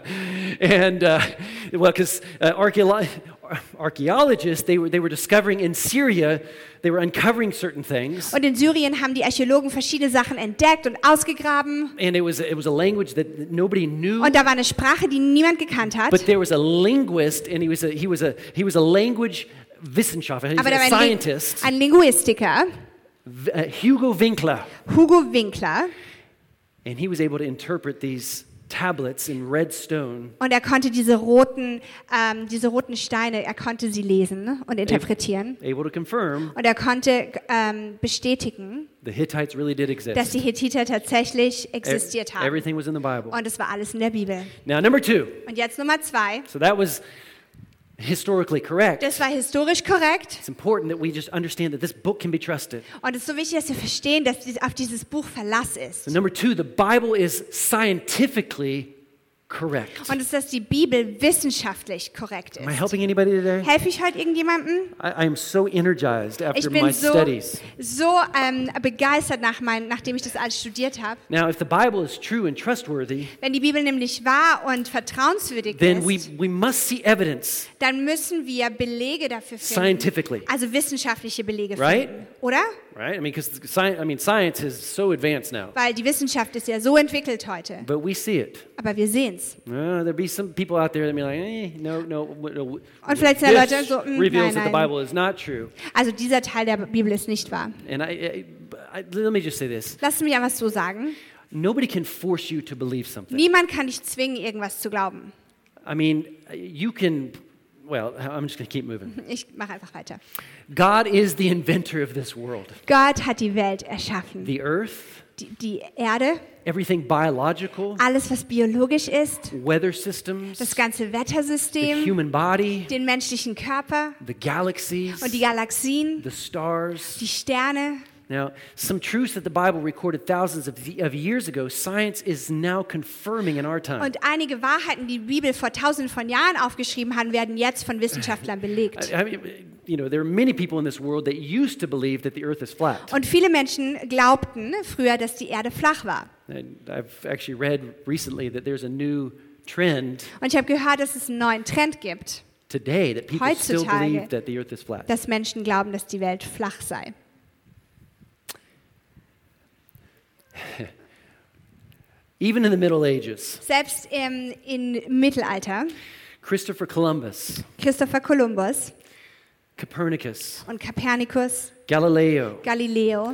S1: and uh, well, because uh, archaeolo- archaeologists they were they were discovering in Syria, they were uncovering certain things,
S2: und in Syrien haben die Archäologen verschiedene Sachen entdeckt und ausgegraben.
S1: and it was it was a language that that nobody knew.
S2: Und da war eine Sprache, die niemand gekannt hat.
S1: But there was a linguist, and he was a he was a he was a language Wissenschaftler, he was
S2: Aber da
S1: a
S2: war ein, Lin-
S1: scientist,
S2: ein Linguistiker,
S1: V- uh, Hugo Winkler,
S2: Hugo Winkler,
S1: and he was able to interpret these tablets in red stone.
S2: und er konnte diese roten, ähm, diese roten Steine, er konnte sie lesen und interpretieren.
S1: Able to confirm
S2: Und er konnte ähm, bestätigen,
S1: the Hittites really did exist.
S2: dass die Hethiter tatsächlich
S1: E-
S2: existiert haben.
S1: Everything was in the Bible.
S2: Und es war alles in der Bibel.
S1: Now, number two.
S2: Und jetzt Nummer zwei.
S1: So that was historically correct.
S2: Das war historisch korrekt.
S1: It's important that we just understand that this book can be trusted.
S2: Und es ist so wichtig, dass wir verstehen, dass dies- auf dieses Buch Verlass
S1: So
S2: ist.
S1: number two, the Bible is scientifically correct.
S2: und ist, dass die Bibel wissenschaftlich korrekt
S1: Am I
S2: ist.
S1: helping anybody today?
S2: Helfe ich heute irgendjemandem?
S1: I, I am so energized
S2: Ich
S1: after my
S2: bin so,
S1: studies.
S2: so ähm, begeistert, nach mein, nachdem ich das alles studiert habe.
S1: Now, if the Bible is true and trustworthy,
S2: Wenn die Bibel nämlich wahr und vertrauenswürdig
S1: then we,
S2: ist,
S1: we must see evidence
S2: dann müssen wir Belege dafür finden.
S1: scientifically,
S2: Also wissenschaftliche Belege
S1: Right?
S2: finden, oder?
S1: right? I mean, because science, I mean, science is so advanced now,
S2: Weil die Wissenschaft ist ja so entwickelt heute.
S1: but we see it.
S2: Aber wir sehen's.
S1: Uh, there'd be some people out there that be like, eh, no, no, w- no. w-
S2: Und vielleicht sind da Leute so, mm,
S1: reveals
S2: nein,
S1: that the
S2: nein.
S1: Bible is not true.
S2: Also dieser Teil der Bibel ist nicht wahr.
S1: And I, I, I, let me just say this:
S2: Lass mich einfach so sagen.
S1: nobody can force you to believe something.
S2: Niemand kann dich zwingen, irgendwas zu glauben.
S1: I mean, you can. Well, I'm just going to keep moving.
S2: Ich mache einfach weiter.
S1: God is the inventor of this world,
S2: Gott hat die Welt erschaffen.
S1: the earth,
S2: Die, die Erde,
S1: everything biological,
S2: alles, was biologisch ist,
S1: weather systems,
S2: das
S1: the
S2: ganze Wettersystem,
S1: human body,
S2: den menschlichen Körper
S1: the galaxies,
S2: und die Galaxien,
S1: the stars.
S2: die Sterne.
S1: Now, some truths that the Bible recorded thousands of, of years ago, science is now confirming in our time.
S2: Und einige Wahrheiten, die die Bibel vor tausenden von Jahren aufgeschrieben hat, werden jetzt von Wissenschaftlern belegt.
S1: I, I mean, you know, there are many people in this world that used to believe that the earth is flat.
S2: Und viele Menschen glaubten früher, dass die Erde flach war.
S1: And I've actually read recently that there's a new trend
S2: Und ich habe gehört, dass es einen neuen Trend gibt,
S1: today that people still
S2: Heutzutage.
S1: believe that the earth is flat.
S2: dass Menschen glauben, dass die Welt flach sei.
S1: Even in the Middle Ages,
S2: Selbst im, im Mittelalter,
S1: Christopher Columbus,
S2: Christopher Kolumbus
S1: Copernicus,
S2: und Kopernikus,
S1: Galileo,
S2: Galileo,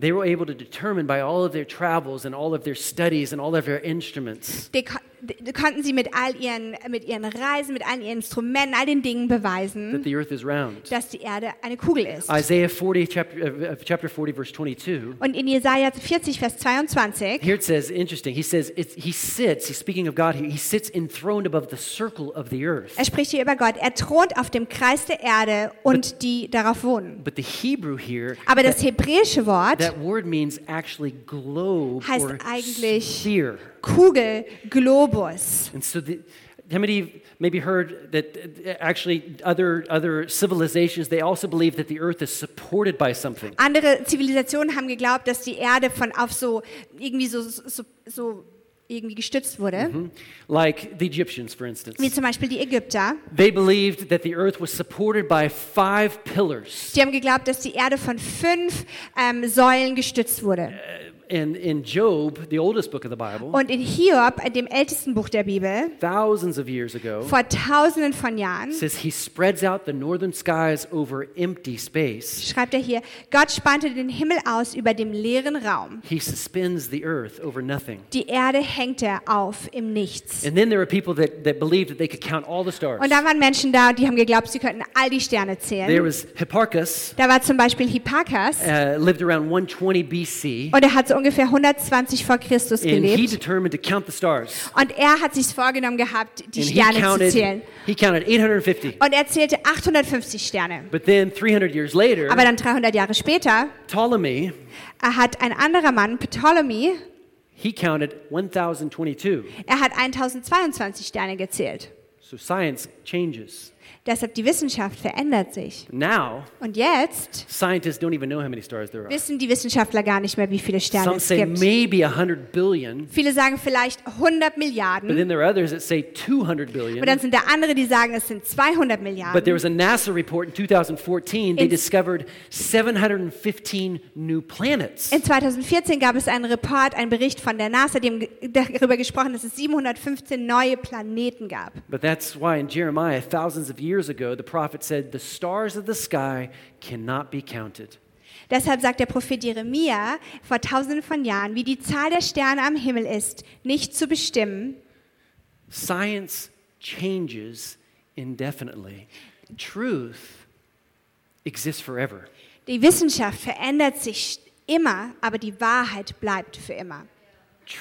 S1: they were able to determine by all of their travels and all of their studies and all of their instruments
S2: die, ko- die konnten sie mit all ihren, mit ihren Reisen, mit allen ihren Instrumenten, all den Dingen
S1: that
S2: beweisen,
S1: the earth is round.
S2: dass die Erde eine Kugel ist.
S1: Isaiah 40, chapter, uh, chapter 40, verse 22.
S2: Und in Jesaja 40, Vers 22,
S1: Here it says, interesting. He says, it's, he sits, he's speaking of God here, he sits enthroned above the circle of the earth.
S2: er spricht hier über Gott. Er thront auf dem Kreis der Erde und die darauf wohnen.
S1: But the Hebrew here,
S2: Aber das hebräische Wort,
S1: that word means actually globe
S2: Heißt
S1: or
S2: eigentlich-
S1: sphere.
S2: Kugel, Globus.
S1: And so the, how many of you maybe heard that uh, actually other, other civilizations, they also believe that the earth is supported by something.
S2: Andere Zivilisationen haben geglaubt, dass die Erde von auf so irgendwie so, so, so irgendwie gestützt wurde.
S1: Hmm? Like the Egyptians, for
S2: Wie
S1: instance.
S2: zum Beispiel die Ägypter.
S1: They believed that the earth was supported by five pillars.
S2: Die haben geglaubt, dass die Erde von fünf ähm, Säulen gestützt wurde.
S1: And in Job, the oldest book of the Bible,
S2: Und in Hiob, in dem ältesten Buch der Bibel,
S1: thousands of years ago
S2: vor Tausenden von Jahren,
S1: says he spreads out the northern skies over empty space
S2: schreibt er hier, Gott spannte den Himmel aus über dem leeren Raum.
S1: he suspends the earth over nothing
S2: Die Erde hängt er auf im Nichts.
S1: and then there were people that, that believed that they could count all the stars
S2: Und dann waren Menschen da, die haben geglaubt, sie könnten all die Sterne
S1: there
S2: zählen.
S1: was hipparchus
S2: Da war zum Beispiel Hipparchus.
S1: uh, lived around 120 bc
S2: Und er hat so ungefähr 120 vor Christus
S1: and he
S2: gelebt.
S1: determined to count the stars
S2: Und er hat sich vorgenommen gehabt, die
S1: and he
S2: Sterne zu zählen.
S1: counted he counted 850
S2: Und er zählte 850 Sterne.
S1: but then 300 years later
S2: Aber dann 300 Jahre später
S1: ptolemy
S2: er hat ein anderer Mann, Ptolemy,
S1: he counted 1022
S2: er hat 1022 Sterne gezählt.
S1: so science changes
S2: Deshalb die Wissenschaft verändert sich.
S1: now
S2: Und jetzt
S1: scientists don't even know how many stars there are
S2: wissen die Wissenschaftler gar nicht mehr, wie viele Sterne
S1: Some
S2: es
S1: say
S2: gibt.
S1: maybe 100 billion,
S2: Viele sagen vielleicht 100
S1: but
S2: Milliarden.
S1: then there are others that say 200
S2: Und dann
S1: billion.
S2: sind da andere, die sagen, es sind
S1: But
S2: 200
S1: there
S2: Milliarden.
S1: was a NASA report in 2014, they
S2: In-
S1: discovered 715 new planets.
S2: In 2014 gab es einen Report, einen Bericht von der NASA, die haben ge- darüber gesprochen, dass es 715 neue Planeten gab.
S1: But that's why in Jeremiah, thousands of years ago, the prophet said, The stars of the sky cannot be counted.
S2: Deshalb sagt der Prophet Jeremia vor tausenden von Jahren, wie die Zahl der Sterne am Himmel ist, nicht zu bestimmen.
S1: Science changes indefinitely, truth exists forever.
S2: Die Wissenschaft verändert sich immer, aber die Wahrheit bleibt für immer.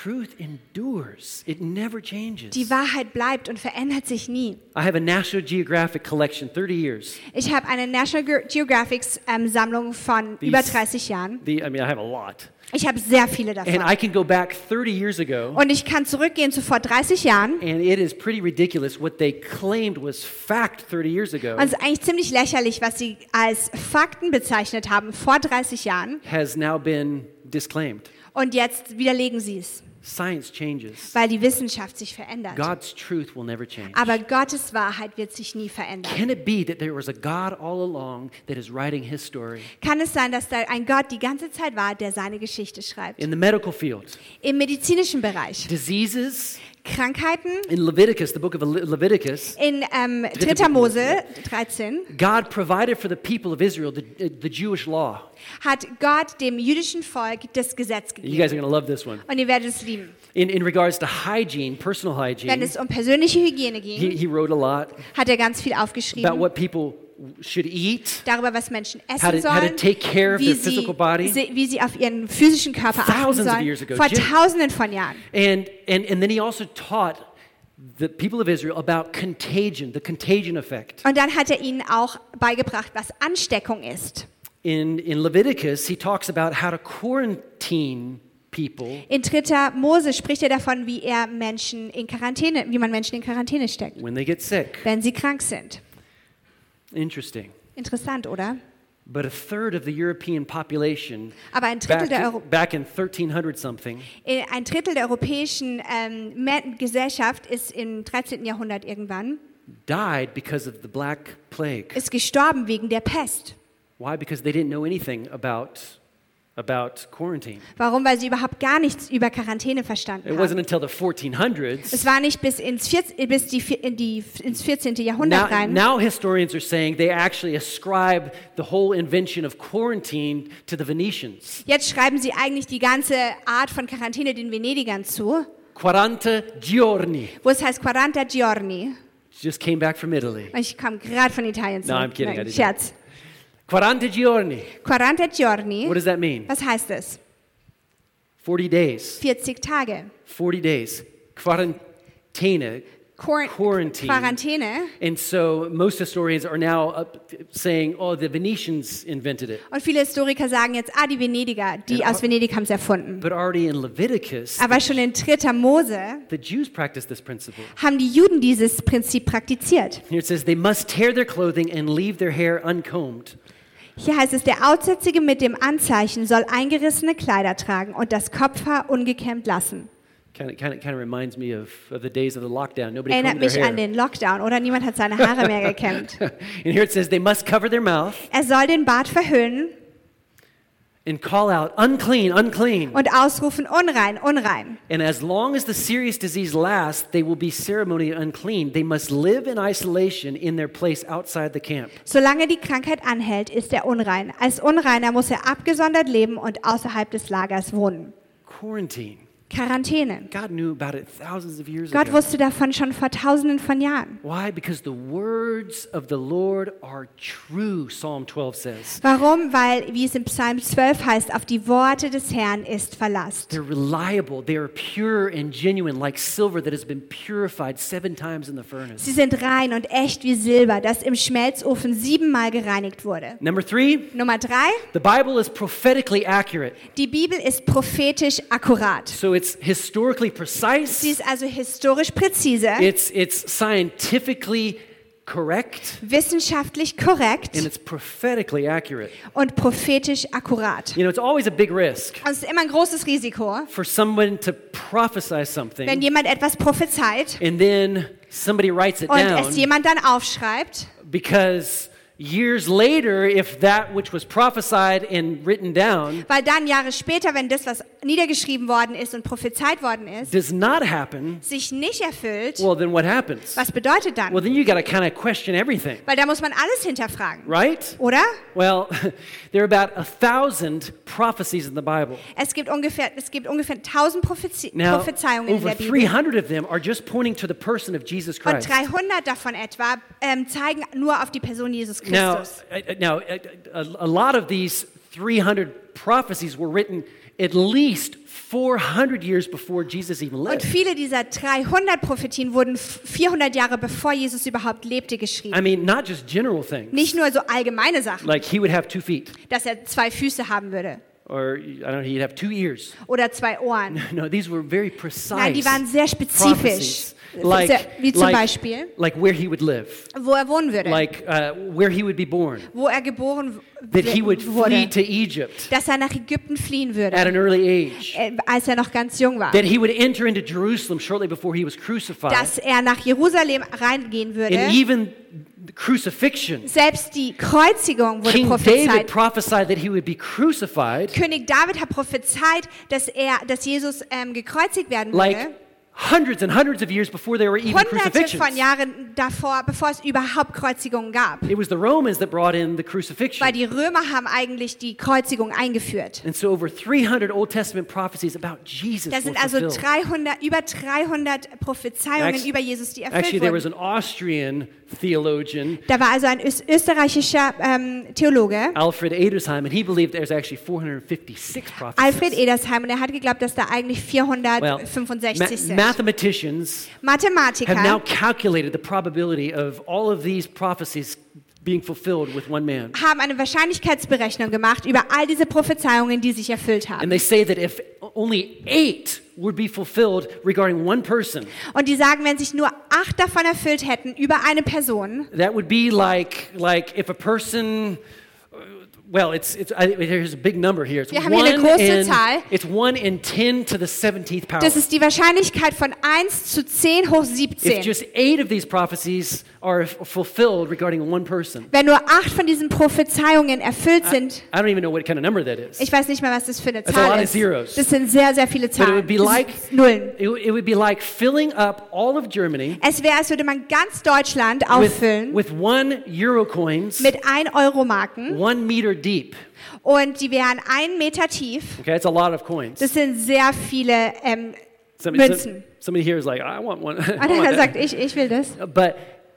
S1: Truth endures, it never changes.
S2: Die Wahrheit bleibt und verändert sich nie.
S1: I have a National Geographic collection, 30 years.
S2: Ich habe eine National Ge- Geographic ähm, Sammlung von
S1: These-
S2: über 30 Jahren.
S1: The, I mean, I have a lot.
S2: Ich habe sehr viele
S1: And
S2: davon.
S1: I can go back 30 years ago,
S2: Und ich kann zurückgehen zu vor 30 Jahren.
S1: and it is pretty ridiculous what they claimed was fact 30 years ago
S2: Und es ist eigentlich ziemlich lächerlich, was sie als Fakten bezeichnet haben vor 30 Jahren.
S1: has now been disclaimed.
S2: Und jetzt widerlegen sie es,
S1: Science changes.
S2: weil die Wissenschaft sich verändert.
S1: God's truth will never change.
S2: Aber Gottes Wahrheit wird sich nie verändern.
S1: Can it be that there was a God all along that is writing his story?
S2: Kann es sein, dass da ein Gott die ganze Zeit war, der seine Geschichte schreibt?
S1: In the medical field,
S2: Im medizinischen Bereich.
S1: diseases,
S2: Krankheiten.
S1: in Leviticus, the book of Le- Leviticus,
S2: In ähm, 3. Mose 13
S1: God provided for the people of Israel the, uh, the Jewish law.
S2: hat Gott dem jüdischen Volk das Gesetz
S1: You
S2: gegeben.
S1: guys are going to love this one.
S2: Und ihr werdet es lieben.
S1: In, in regards to hygiene, personal
S2: Wenn
S1: hygiene,
S2: es um persönliche Hygiene
S1: he,
S2: ging,
S1: he wrote a lot
S2: hat er ganz viel
S1: about
S2: aufgeschrieben.
S1: what people should eat.
S2: darüber, was Menschen essen
S1: How to-
S2: sollen,
S1: how to take care of
S2: wie,
S1: their
S2: sie,
S1: physical body.
S2: se- wie sie auf ihren physischen Körper achten
S1: Thousands of
S2: sollen,
S1: years ago,
S2: vor
S1: Jim-
S2: Tausenden von Jahren.
S1: And, and, and then he also taught the people of Israel about contagion, the contagion effect.
S2: Und dann hat er ihnen auch beigebracht, was Ansteckung ist.
S1: In, in Leviticus, he talks about how to quarantine people
S2: In 3. Mose spricht er davon, wie er Menschen in Quarantäne, wie man Menschen in Quarantäne steckt,
S1: when they get sick.
S2: wenn sie krank sind.
S1: Interesting.
S2: Interessant, oder?
S1: But a third of the European population
S2: Aber ein
S1: back,
S2: Drittel der, Euro
S1: back in 1300 something
S2: äh, ein Drittel der europäischen ähm, Men- Gesellschaft ist im 13. Jahrhundert irgendwann
S1: died because of the Black Plague.
S2: ist gestorben wegen der Pest.
S1: Why? Because they didn't know anything about, about quarantine.
S2: Warum? Weil sie überhaupt gar nichts über Quarantäne verstanden
S1: It
S2: haben.
S1: wasn't until the 1400s.
S2: Es war nicht bis, ins, 14, bis die, vier- in die, ins 14. Jahrhundert
S1: Now,
S2: rein.
S1: now historians are saying they actually ascribe the whole invention of quarantine to the Venetians.
S2: Jetzt schreiben sie eigentlich die ganze Art von Quarantäne den Venedigern zu,
S1: Quaranta giorni
S2: wo es heißt 40 Giorni.
S1: just came back from Italy.
S2: Und ich kam gerade von Italien zurück.
S1: I'm kidding, I didn't.
S2: Scherz.
S1: Quaranta giorni.
S2: 40
S1: What
S2: Giorni.
S1: does that mean?
S2: Was heißt das?
S1: 40 days.
S2: 40 Tage.
S1: 40 days. Quarantena.
S2: Quar
S1: Quarantine.
S2: Quarantäne.
S1: And so most historians are now up saying, oh, the Venetians invented it.
S2: Und viele Historiker sagen jetzt, ah, die Venediger, die
S1: Ja.
S2: aus Venedig haben es erfunden.
S1: But already in Leviticus,
S2: Aber schon in 3. Mose
S1: the Jews practiced this principle.
S2: haben die Juden dieses Prinzip praktiziert.
S1: Here it says, they must tear their clothing and leave their hair uncombed.
S2: Hier heißt es, der Aussätzige mit dem Anzeichen soll eingerissene Kleider tragen und das Kopfhaar ungekämmt lassen.
S1: Kind of, kind of, kind of reminds me of, of the days of the lockdown. Nobody
S2: Erinnert
S1: combed their
S2: mich
S1: hair.
S2: an den Lockdown, oder? Niemand hat seine Haare mehr gekämmt.
S1: and here it says they must cover their mouth
S2: Er soll den Bart verhüllen
S1: and call out unclean, unclean.
S2: und ausrufen, unrein, unrein.
S1: And as long as the serious disease lasts, they will be ceremonially unclean. They must live in isolation in their place outside the camp.
S2: Solange die Krankheit anhält, ist er unrein. Als Unreiner muss er abgesondert leben und außerhalb des Lagers wohnen.
S1: Quarantine.
S2: Quarantäne.
S1: God knew about it thousands of years
S2: Gott
S1: ago.
S2: wusste davon schon vor tausenden von Jahren.
S1: Why? Because the words of the Lord are true, Psalm 12 says.
S2: Warum? Weil, wie es im Psalm 12 heißt, auf die Worte des Herrn ist Verlass.
S1: They're reliable, they are pure and genuine, like silver that has been purified seven times in the furnace.
S2: Sie sind rein und echt wie Silber, das im Schmelzofen siebenmal gereinigt wurde.
S1: Number three,
S2: Nummer drei,
S1: the Bible is prophetically accurate.
S2: die Bibel ist prophetisch akkurat.
S1: So it's historically
S2: Sie
S1: precise,
S2: ist also historisch präzise,
S1: it's, it's scientifically correct,
S2: wissenschaftlich korrekt
S1: and it's prophetically accurate.
S2: und prophetisch akkurat.
S1: You know, it's always a big risk
S2: Und es ist immer ein großes Risiko,
S1: for someone to prophesy
S2: wenn
S1: something
S2: jemand etwas prophezeit
S1: and then somebody writes it
S2: und
S1: down
S2: es jemand dann aufschreibt,
S1: because years later, if that which was prophesied and written down
S2: weil dann Jahre später, wenn das, was niedergeschrieben worden ist und prophezeit worden ist,
S1: does not happen,
S2: sich nicht erfüllt,
S1: well, then what happens?
S2: was bedeutet dann?
S1: Well, then you got to kind of question everything,
S2: Weil da muss man alles hinterfragen,
S1: right?
S2: oder?
S1: Well, there are about a thousand prophecies in the Bible.
S2: Es gibt ungefähr, es gibt ungefähr 1000 Prophezi
S1: Now,
S2: Prophezeiungen in
S1: over
S2: der Bibel.
S1: 300 of them are just pointing to the person of Jesus
S2: Und
S1: Christ.
S2: 300 davon etwa ähm, zeigen nur auf die Person Jesus
S1: Now,
S2: Christus.
S1: uh, now, uh, a, a lot of these 300 prophecies were written at least 400 years before Jesus even
S2: Und
S1: lived.
S2: viele dieser 300 Prophetien wurden f- 400 Jahre bevor Jesus überhaupt lebte
S1: I
S2: geschrieben.
S1: mean, not just general things,
S2: Nicht nur so allgemeine Sachen,
S1: like he would have two feet,
S2: dass er zwei Füße haben würde
S1: or I don't know, he'd have two ears.
S2: oder zwei Ohren.
S1: No, these were very precise.
S2: Nein, die waren sehr spezifisch.
S1: prophecies. Like,
S2: Sehr- Wie zum
S1: like-
S2: Beispiel,
S1: like where he would live,
S2: wo er wohnen würde,
S1: like uh, where he would be born,
S2: wo er geboren
S1: that he would
S2: w-
S1: flee
S2: wurde,
S1: to Egypt
S2: dass er nach Ägypten fliehen
S1: at
S2: würde,
S1: an early age,
S2: äh, als er noch ganz jung war,
S1: that he would enter into Jerusalem shortly before he was crucified,
S2: dass er nach Jerusalem reingehen
S1: and
S2: würde.
S1: even the crucifixion.
S2: Selbst die Kreuzigung wurde
S1: King David
S2: prophezeit.
S1: prophesied that he would be crucified
S2: König David hat prophezeit, dass er, dass Jesus ähm, gekreuzigt werden würde.
S1: like hundreds and hundreds of years before there were even
S2: Hunderte von
S1: crucifixions.
S2: Jahren davor, bevor es überhaupt Kreuzigungen gab.
S1: It was the Romans that brought in the
S2: Weil
S1: crucifixion.
S2: die Römer haben eigentlich die Kreuzigung eingeführt.
S1: And so over 300 Old Testament prophecies about Jesus
S2: Da
S1: were
S2: sind also
S1: fulfilled.
S2: 300, über 300 Prophezeiungen
S1: Actu-
S2: über Jesus, die
S1: Actually,
S2: erfüllt
S1: there was
S2: wurden.
S1: an Austrian theologian,
S2: Da war also ein ös- österreichischer ähm, Theologe,
S1: Alfred Edersheim, and he believed there's actually 456 prophecies.
S2: Alfred Edersheim, und er hat geglaubt, dass da eigentlich
S1: well,
S2: 465
S1: ma-
S2: sind.
S1: mathematicians have now
S2: Mathematiker
S1: calculated the probability of all of these prophecies being fulfilled with one man.
S2: haben eine Wahrscheinlichkeitsberechnung gemacht über all diese Prophezeiungen, die sich erfüllt haben.
S1: And they say that if only eight would be fulfilled regarding one person,
S2: Und die sagen, wenn sich nur acht davon erfüllt hätten über eine Person,
S1: That would be like like if a person. uh, Well, it's it's I, here's a big number here. It's
S2: Wir haben hier
S1: one
S2: eine große
S1: in,
S2: Zahl.
S1: It's one in ten to the seventeenth power.
S2: das ist die Wahrscheinlichkeit von 1 zu 10 hoch
S1: if
S2: 17.
S1: just eight of these prophecies are f- fulfilled regarding one person,
S2: Wenn nur acht von diesen Prophezeiungen erfüllt sind,
S1: I don't even know what kind of number that is.
S2: ich weiß nicht mehr, was das für eine
S1: That's a lot
S2: Zahl
S1: of
S2: ist.
S1: zeros.
S2: Das sind sehr, sehr viele
S1: But it
S2: Zahlen.
S1: would be
S2: Das
S1: like
S2: sind Nullen.
S1: it, would- it would be like filling up all of Germany
S2: Es wäre, als würde man ganz Deutschland
S1: with,
S2: auffüllen
S1: with one euro coins,
S2: mit 1 Euro Marken
S1: one meter deep. Oh.
S2: und die wären einen Meter tief.
S1: Okay, it's a lot of coins.
S2: Das sind sehr viele ähm,
S1: Somebody,
S2: Münzen.
S1: somebody here is like, I want one. I
S2: Und
S1: want
S2: er
S1: that.
S2: sagt, ich, ich will das.
S1: But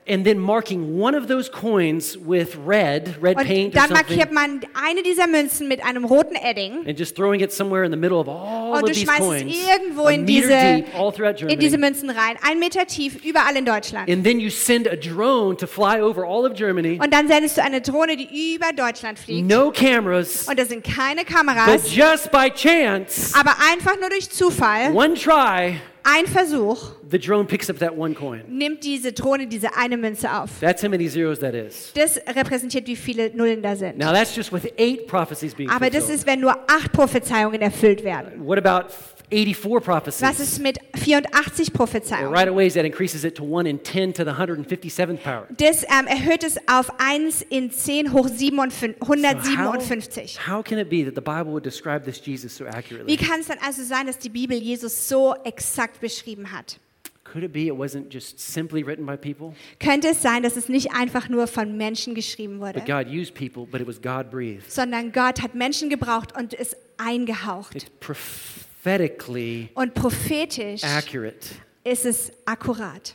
S1: and then marking one of those coins with red, red
S2: Und
S1: paint or
S2: dann
S1: something,
S2: markiert man eine dieser Münzen mit einem roten Edding.
S1: and just throwing it somewhere in the middle of all
S2: Und
S1: of
S2: du
S1: these
S2: schmeißt
S1: coins,
S2: es Oh, irgendwo
S1: a
S2: in
S1: meter
S2: diese,
S1: deep, all throughout Germany.
S2: in diese Münzen rein. Ein Meter tief, überall in Deutschland.
S1: and then you send a drone to fly over all of Germany.
S2: Und dann sendest du eine Drohne, die über Deutschland fliegt.
S1: No cameras,
S2: Und da sind keine
S1: but
S2: Kameras.
S1: just by chance,
S2: Aber einfach nur durch Zufall,
S1: one try,
S2: ein Versuch,
S1: the drone picks up that one coin.
S2: nimmt diese Drohne diese eine Münze auf.
S1: That's how many zeros that is.
S2: Das repräsentiert, wie viele Nullen da sind.
S1: Now that's just with eight prophecies being
S2: Aber das
S1: fulfilled.
S2: ist, wenn nur acht Prophezeiungen erfüllt werden.
S1: what about 84 prophecies?
S2: Was ist mit 84
S1: Well,
S2: Prophezeiungen?
S1: right away, that increases it to one in ten to the 157th power.
S2: Das ähm, erhöht es auf 1 in 10 hoch 57,
S1: So how-
S2: 157.
S1: How can it be that the Bible would describe this Jesus so accurately?
S2: Wie kann es dann also sein, dass die Bibel Jesus so exakt beschrieben hat?
S1: Could it be it wasn't just simply written by people,
S2: Könnte es sein, dass es nicht einfach nur von Menschen geschrieben
S1: but
S2: wurde,
S1: God used people, but it was God breathed?
S2: sondern Gott hat Menschen gebraucht und es eingehaucht.
S1: It's prophetically
S2: Und prophetisch
S1: accurate.
S2: ist es akkurat.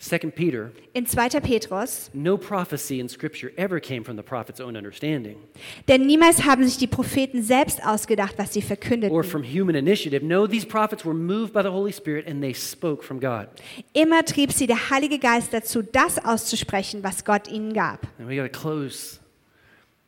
S1: Second Peter,
S2: In 2. Petrus,
S1: no prophecy in Scripture ever came from the prophet's own understanding
S2: denn niemals haben sich die Propheten selbst ausgedacht, was sie
S1: or
S2: verkündeten.
S1: from human initiative. No, these prophets were moved by the Holy Spirit and they spoke from God.
S2: Immer trieb sie der Heilige Geist dazu, das auszusprechen, was Gott ihnen gab.
S1: And we got to close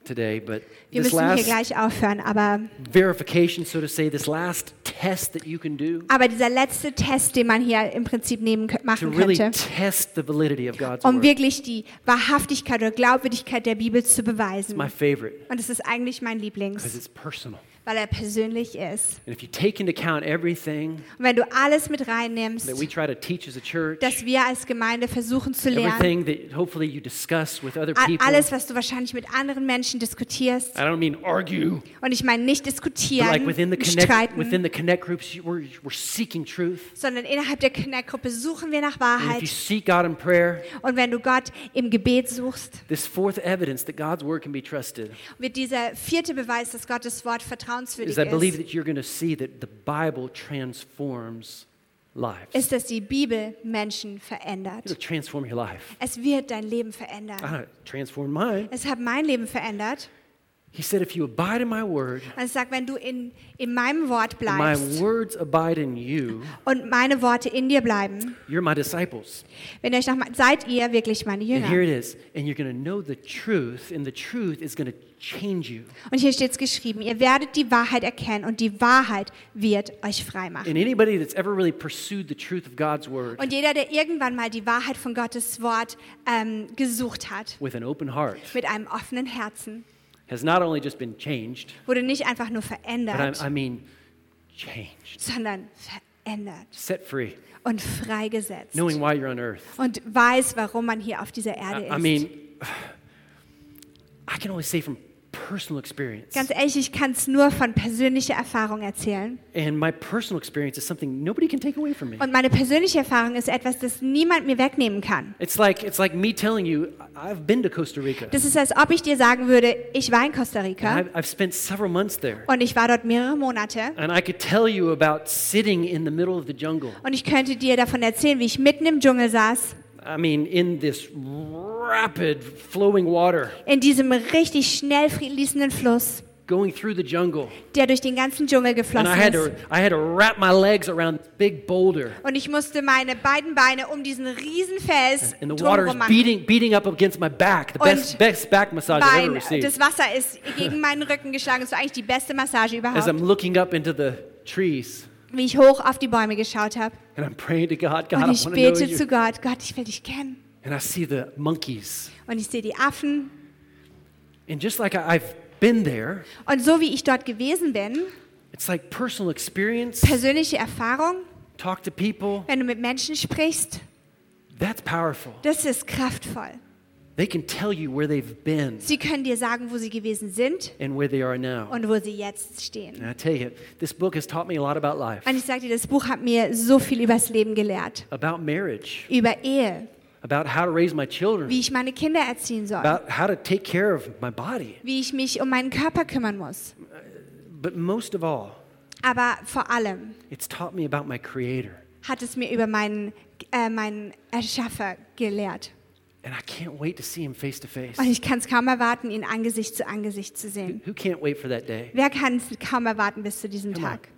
S1: today, but
S2: Wir
S1: this
S2: müssen hier
S1: last
S2: gleich aufhören, aber,
S1: verification, so to say, this last test that you can do
S2: aber dieser letzte Test, den man hier im Prinzip nehmen, kö-
S1: to
S2: machen
S1: really
S2: könnte,
S1: test the validity of God's
S2: um
S1: word.
S2: wirklich die Wahrhaftigkeit oder Glaubwürdigkeit der Bibel zu beweisen.
S1: My favorite
S2: Und es ist eigentlich mein
S1: because
S2: Lieblings,
S1: it's personal.
S2: weil er persönlich ist.
S1: And if you take into account everything
S2: Und wenn du alles mit reinnimmst,
S1: that we try to teach as a church,
S2: dass wir als Gemeinde versuchen zu lernen,
S1: everything that hopefully you discuss with other
S2: a-
S1: people,
S2: alles, was du wahrscheinlich mit anderen Menschen diskutierst,
S1: I don't mean argue,
S2: und ich meine nicht
S1: but
S2: diskutieren,
S1: like within the connect,
S2: streiten,
S1: within the connect groups, you- we're, we're seeking truth.
S2: sondern innerhalb der Connect-Gruppe suchen wir nach
S1: And if you
S2: Wahrheit.
S1: seek God in prayer,
S2: Und wenn du Gott im Gebet suchst,
S1: this fourth evidence that God's word can be trusted
S2: wird dieser vierte Beweis, dass Gottes Wort vertrauenswürdig
S1: is I believe
S2: ist,
S1: that you're going to see that the Bible transforms lives.
S2: ist, dass die Bibel Menschen
S1: It'll
S2: verändert.
S1: transform your life.
S2: Es wird dein Leben
S1: I
S2: verändern.
S1: know it transformed mine.
S2: Es hat mein Leben verändert.
S1: He said, If you abide in my word,
S2: Also ich sag, wenn du in, in meinem Wort
S1: and my
S2: bleibst
S1: words abide in you,
S2: und meine Worte in dir bleiben,
S1: you're my disciples.
S2: wenn ihr euch nach, seid ihr wirklich meine
S1: And here
S2: Jünger.
S1: it is. And you're going to know the truth, and the truth is going to change you.
S2: Und hier steht es geschrieben, ihr werdet die Wahrheit erkennen und die Wahrheit wird euch frei machen.
S1: And anybody that's ever really pursued the truth of God's word
S2: Und jeder, der irgendwann mal die Wahrheit von Gottes Wort ähm, gesucht hat,
S1: with an open heart
S2: mit einem offenen Herzen,
S1: has not only just been changed,
S2: wurde nicht einfach nur
S1: but I, I
S2: verändert,
S1: mean changed,
S2: sondern verändert
S1: set free,
S2: und freigesetzt
S1: knowing why you're on earth.
S2: und weiß, warum man hier auf dieser Erde
S1: I,
S2: ist.
S1: I mean, I can only say from personal experience.
S2: Ganz ehrlich, ich kann es nur von persönlicher Erfahrung erzählen.
S1: And my personal experience is something nobody can take away from me.
S2: Und meine persönliche Erfahrung ist etwas, das niemand mir wegnehmen kann.
S1: It's like, it's like me telling you, I- I've been to Costa Rica.
S2: Das ist, als ob ich dir sagen würde, ich war in Costa
S1: And
S2: Rica
S1: I've, I've spent several months there.
S2: und ich war dort mehrere Monate
S1: And I could tell you about sitting in the middle of the jungle.
S2: und ich könnte dir davon erzählen, wie ich mitten im Dschungel saß,
S1: I mean, in this rapid flowing water
S2: in diesem richtig schnell fließenden Fluss,
S1: going through the jungle.
S2: der durch den ganzen Dschungel
S1: And I
S2: geflossen
S1: had,
S2: ist.
S1: to, I had to wrap my legs around this big boulder.
S2: Und ich musste meine beiden Beine um diesen riesen Fels
S1: And the water is
S2: drumherum machen.
S1: beating, beating up against my back, the
S2: Und
S1: best, best back massage I've ever
S2: Bein,
S1: received.
S2: das Wasser ist gegen meinen Rücken geschlagen. Das war eigentlich die beste Massage
S1: As I'm
S2: überhaupt,
S1: looking up into the trees
S2: wie ich hoch auf die Bäume geschaut habe.
S1: and I'm praying to God, God, I
S2: Und
S1: want
S2: ich
S1: to know
S2: bete
S1: you.
S2: zu Gott, Gott, ich will dich kennen.
S1: And I see the monkeys.
S2: Und ich sehe die Affen.
S1: And just like I, I've been there,
S2: Und so wie ich dort gewesen bin,
S1: it's like personal experience,
S2: persönliche Erfahrung,
S1: talk to people,
S2: wenn du mit Menschen sprichst,
S1: that's powerful.
S2: das ist kraftvoll.
S1: They can tell you where they've been
S2: Sie können dir sagen, wo sie gewesen sind
S1: and where they are now.
S2: und wo sie jetzt stehen.
S1: And I tell you, this book has taught me a lot about life,
S2: Und ich sage dir, das Buch hat mir so viel übers Leben gelehrt.
S1: about marriage,
S2: Über Ehe,
S1: about how to raise my children,
S2: wie ich meine Kinder erziehen soll,
S1: about how to take care of my body.
S2: wie ich mich um meinen Körper kümmern muss.
S1: But most of all,
S2: Aber vor allem
S1: it's taught me about my Creator.
S2: hat es mir über meinen, äh, meinen Erschaffer gelehrt.
S1: And I can't wait to see Him face to face.
S2: Und ich kann es kaum erwarten, ihn Angesicht zu Angesicht zu sehen.
S1: Who can't wait for that day?
S2: Wer kann es kaum erwarten bis zu diesem
S1: Come on.
S2: Tag?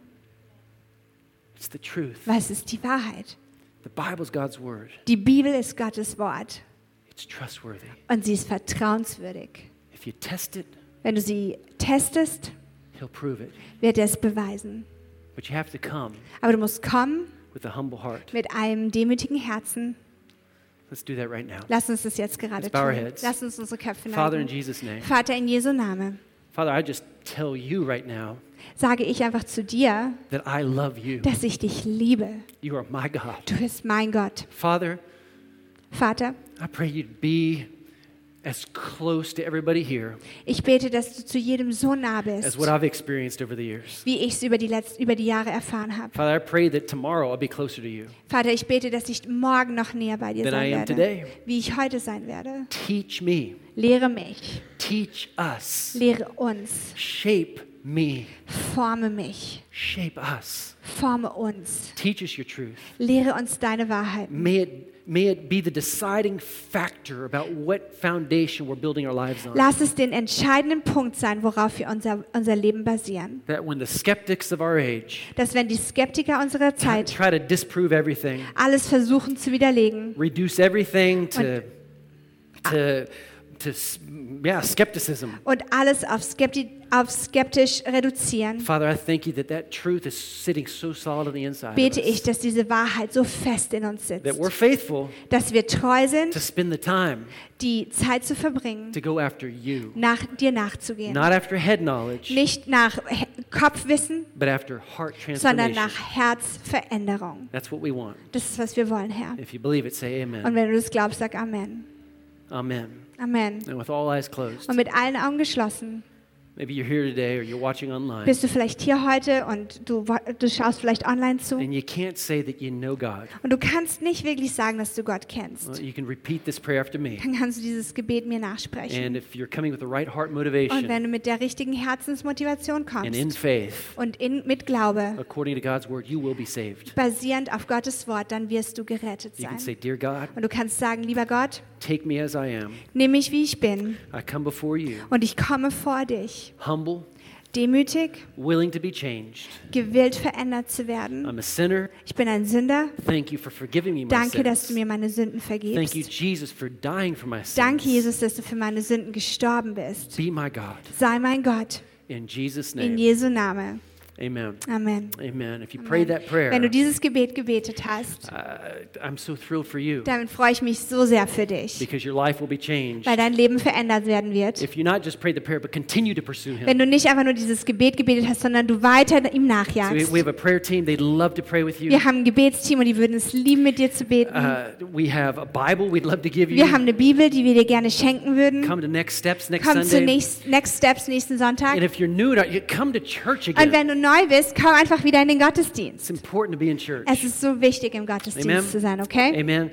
S1: It's the truth.
S2: Was ist die Wahrheit?
S1: The Bible's God's Word,
S2: Die Bibel ist Gottes Wort
S1: it's trustworthy.
S2: und sie ist vertrauenswürdig.
S1: If you test it,
S2: Wenn du sie testest,
S1: He'll prove it.
S2: wird er es beweisen.
S1: But you have to come
S2: Aber du musst kommen
S1: with a humble heart.
S2: mit einem demütigen Herzen.
S1: Let's do that right now.
S2: Lass uns das jetzt gerade
S1: Let's bow our
S2: tun.
S1: heads.
S2: Lass uns unsere Köpfe
S1: Father, in
S2: neigen.
S1: Jesus' name.
S2: Vater, in Jesu Name
S1: Father, I just tell you right now
S2: sage ich einfach zu dir,
S1: that I love you.
S2: dass ich dich liebe.
S1: You are my God.
S2: Du bist mein Gott.
S1: Father,
S2: Vater,
S1: I pray you'd be as close to everybody here
S2: ich bete, dass du zu jedem so nah
S1: as
S2: bist,
S1: what I've experienced over the years.
S2: wie ich es über, die letz- über die Jahre erfahren habe.
S1: Father, I pray that tomorrow I'll be closer to you.
S2: Vater, ich bete, dass ich morgen noch näher bei dir
S1: Than
S2: sein
S1: I am
S2: werde,
S1: today.
S2: wie ich heute sein werde.
S1: Teach me,
S2: Lehre mich,
S1: teach us,
S2: lehre uns,
S1: shape me,
S2: forme mich,
S1: shape us.
S2: forme uns,
S1: Teach us your truth.
S2: lehre uns deine Wahrheit.
S1: May it, may it be the deciding factor about what foundation we're building our lives on.
S2: Lass es den entscheidenden Punkt sein, worauf wir unser, unser Leben basieren.
S1: That when the skeptics of our age
S2: Dass wenn die Skeptiker unserer Zeit
S1: try to disprove everything,
S2: alles versuchen zu widerlegen
S1: reduce everything to to to s- yeah skepticism
S2: und alles auf, skepti auf skeptisch reduzieren,
S1: father i thank you that that truth is sitting so solid on the inside
S2: bete
S1: of us,
S2: ich, dass diese Wahrheit so fest in uns
S1: that
S2: sitzt,
S1: we're faithful
S2: dass wir treu
S1: to
S2: sind,
S1: spend the time
S2: die Zeit zu verbringen,
S1: to go after you
S2: nach dir nachzugehen.
S1: not after head knowledge
S2: Nicht nach He- Kopfwissen,
S1: but after heart
S2: sondern
S1: transformation
S2: nach Herzveränderung.
S1: that's what we want
S2: Das ist, was wir wollen, Herr.
S1: if you believe it say
S2: Und
S1: amen
S2: wenn du das glaubst, sag Amen.
S1: amen
S2: Amen.
S1: and with all eyes closed
S2: Und mit allen Augen geschlossen
S1: maybe you're here today or you're watching online
S2: bist du vielleicht hier heute und du, wa- du schaust vielleicht online zu.
S1: and you can't say that you know god
S2: Und du kannst nicht wirklich sagen, dass du Gott
S1: Well,
S2: kennst.
S1: you can repeat this prayer after me
S2: Dann kannst du dieses Gebet mir nachsprechen.
S1: and if you're coming with the right heart
S2: Und wenn
S1: motivation
S2: du mit der richtigen Herzensmotivation
S1: and in
S2: kommst
S1: faith
S2: und in, mit Glaube,
S1: according to God's word, you will be saved.
S2: basierend auf Gottes Wort, dann wirst du gerettet
S1: You can say,
S2: sein.
S1: Dear God,
S2: Und du kannst sagen, lieber Gott,
S1: Take me as I am.
S2: Nimm mich, wie ich bin.
S1: I come before you,
S2: Und ich komme vor dich.
S1: humble,
S2: Demütig,
S1: willing to be changed.
S2: gewillt, verändert zu werden.
S1: I'm a sinner.
S2: Ich bin ein Sünder.
S1: Thank you for forgiving me my
S2: Danke,
S1: sins.
S2: dass du mir meine Sünden
S1: Thank you,
S2: vergibst.
S1: Jesus, for dying for my sins.
S2: Danke, Jesus, dass du für meine Sünden gestorben bist.
S1: Be my God.
S2: Sei mein Gott.
S1: In Jesus'
S2: In
S1: name.
S2: Jesu Name.
S1: Amen.
S2: Amen.
S1: Amen. If you pray that prayer,
S2: Wenn du dieses Gebet gebetet hast,
S1: uh, I'm so thrilled for you
S2: damit freue ich mich so sehr für dich,
S1: because your life will be changed.
S2: weil dein Leben verändert werden wird.
S1: If you not just pray the prayer, but continue to pursue Him.
S2: Wenn du nicht einfach nur dieses Gebet gebetet hast, sondern du weiter ihm
S1: So we,
S2: nachjagst.
S1: we have a prayer team. They'd love to pray with you.
S2: Wir haben ein Gebetsteam und die würden es lieben, mit dir zu beten.
S1: Uh, we have a Bible we'd love to give you.
S2: Wir haben eine Bibel, die wir dir gerne schenken würden.
S1: Come to Next Steps next
S2: Komm zu
S1: Sunday.
S2: Next, Next Steps nächsten Sonntag.
S1: And if you're new, to, you come to church again.
S2: Und wenn du neu bist, komm einfach wieder in den
S1: it's
S2: Gottesdienst.
S1: important to be in church.
S2: Es ist so wichtig, im Gottesdienst zu sein, okay?
S1: Amen.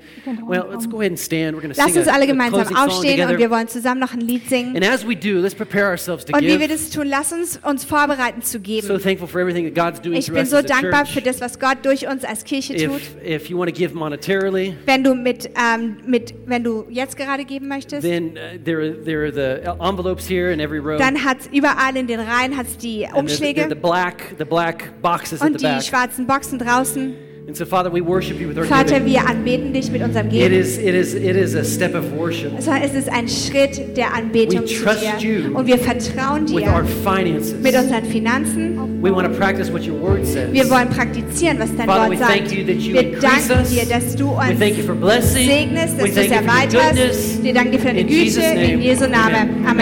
S1: Well, let's go ahead and stand. We're going to
S2: Lass
S1: sing
S2: uns
S1: a,
S2: alle
S1: a
S2: gemeinsam
S1: closing song
S2: aufstehen
S1: together.
S2: und wir wollen zusammen noch ein Lied singen.
S1: and as we do, let's prepare ourselves to
S2: Und wie wir
S1: give.
S2: das tun, lass uns uns vorbereiten zu
S1: So
S2: geben.
S1: thankful for everything that God's doing
S2: Ich
S1: through
S2: bin
S1: us
S2: so
S1: as a
S2: dankbar
S1: church.
S2: für das, was Gott durch uns als Kirche tut.
S1: if, if you want to give monetarily,
S2: Wenn du mit, ähm, mit, wenn du jetzt gerade geben möchtest,
S1: then uh, there, are, there are the envelopes here in every row.
S2: dann hat's überall in den Reihen hat's die
S1: and the, the, the
S2: Umschläge
S1: black, the black boxes at
S2: und
S1: the
S2: die
S1: back.
S2: schwarzen Boxen draußen.
S1: And so, Father, we worship you with our
S2: Vater,
S1: giving.
S2: wir anbeten dich mit unserem
S1: It
S2: Geben.
S1: is, it is, it is a step of worship
S2: Also es ist ein Schritt der Anbetung
S1: We
S2: zu
S1: trust
S2: dir.
S1: you
S2: Und wir vertrauen
S1: with our
S2: dir mit
S1: finances.
S2: unseren Finanzen.
S1: We want to practice what your word says.
S2: Wir wollen praktizieren, was dein
S1: Father, we
S2: Wort sagt.
S1: thank you that you
S2: Wir
S1: increase
S2: danken
S1: us.
S2: dir, dass du
S1: We
S2: uns
S1: thank you for blessing.
S2: segnest,
S1: we
S2: dass du
S1: thank
S2: es
S1: you for your
S2: erweiterst.
S1: goodness.
S2: Wir danken dir für deine
S1: In Jesus'
S2: Güte in
S1: name.
S2: Jesu Name.
S1: Amen.
S2: Amen.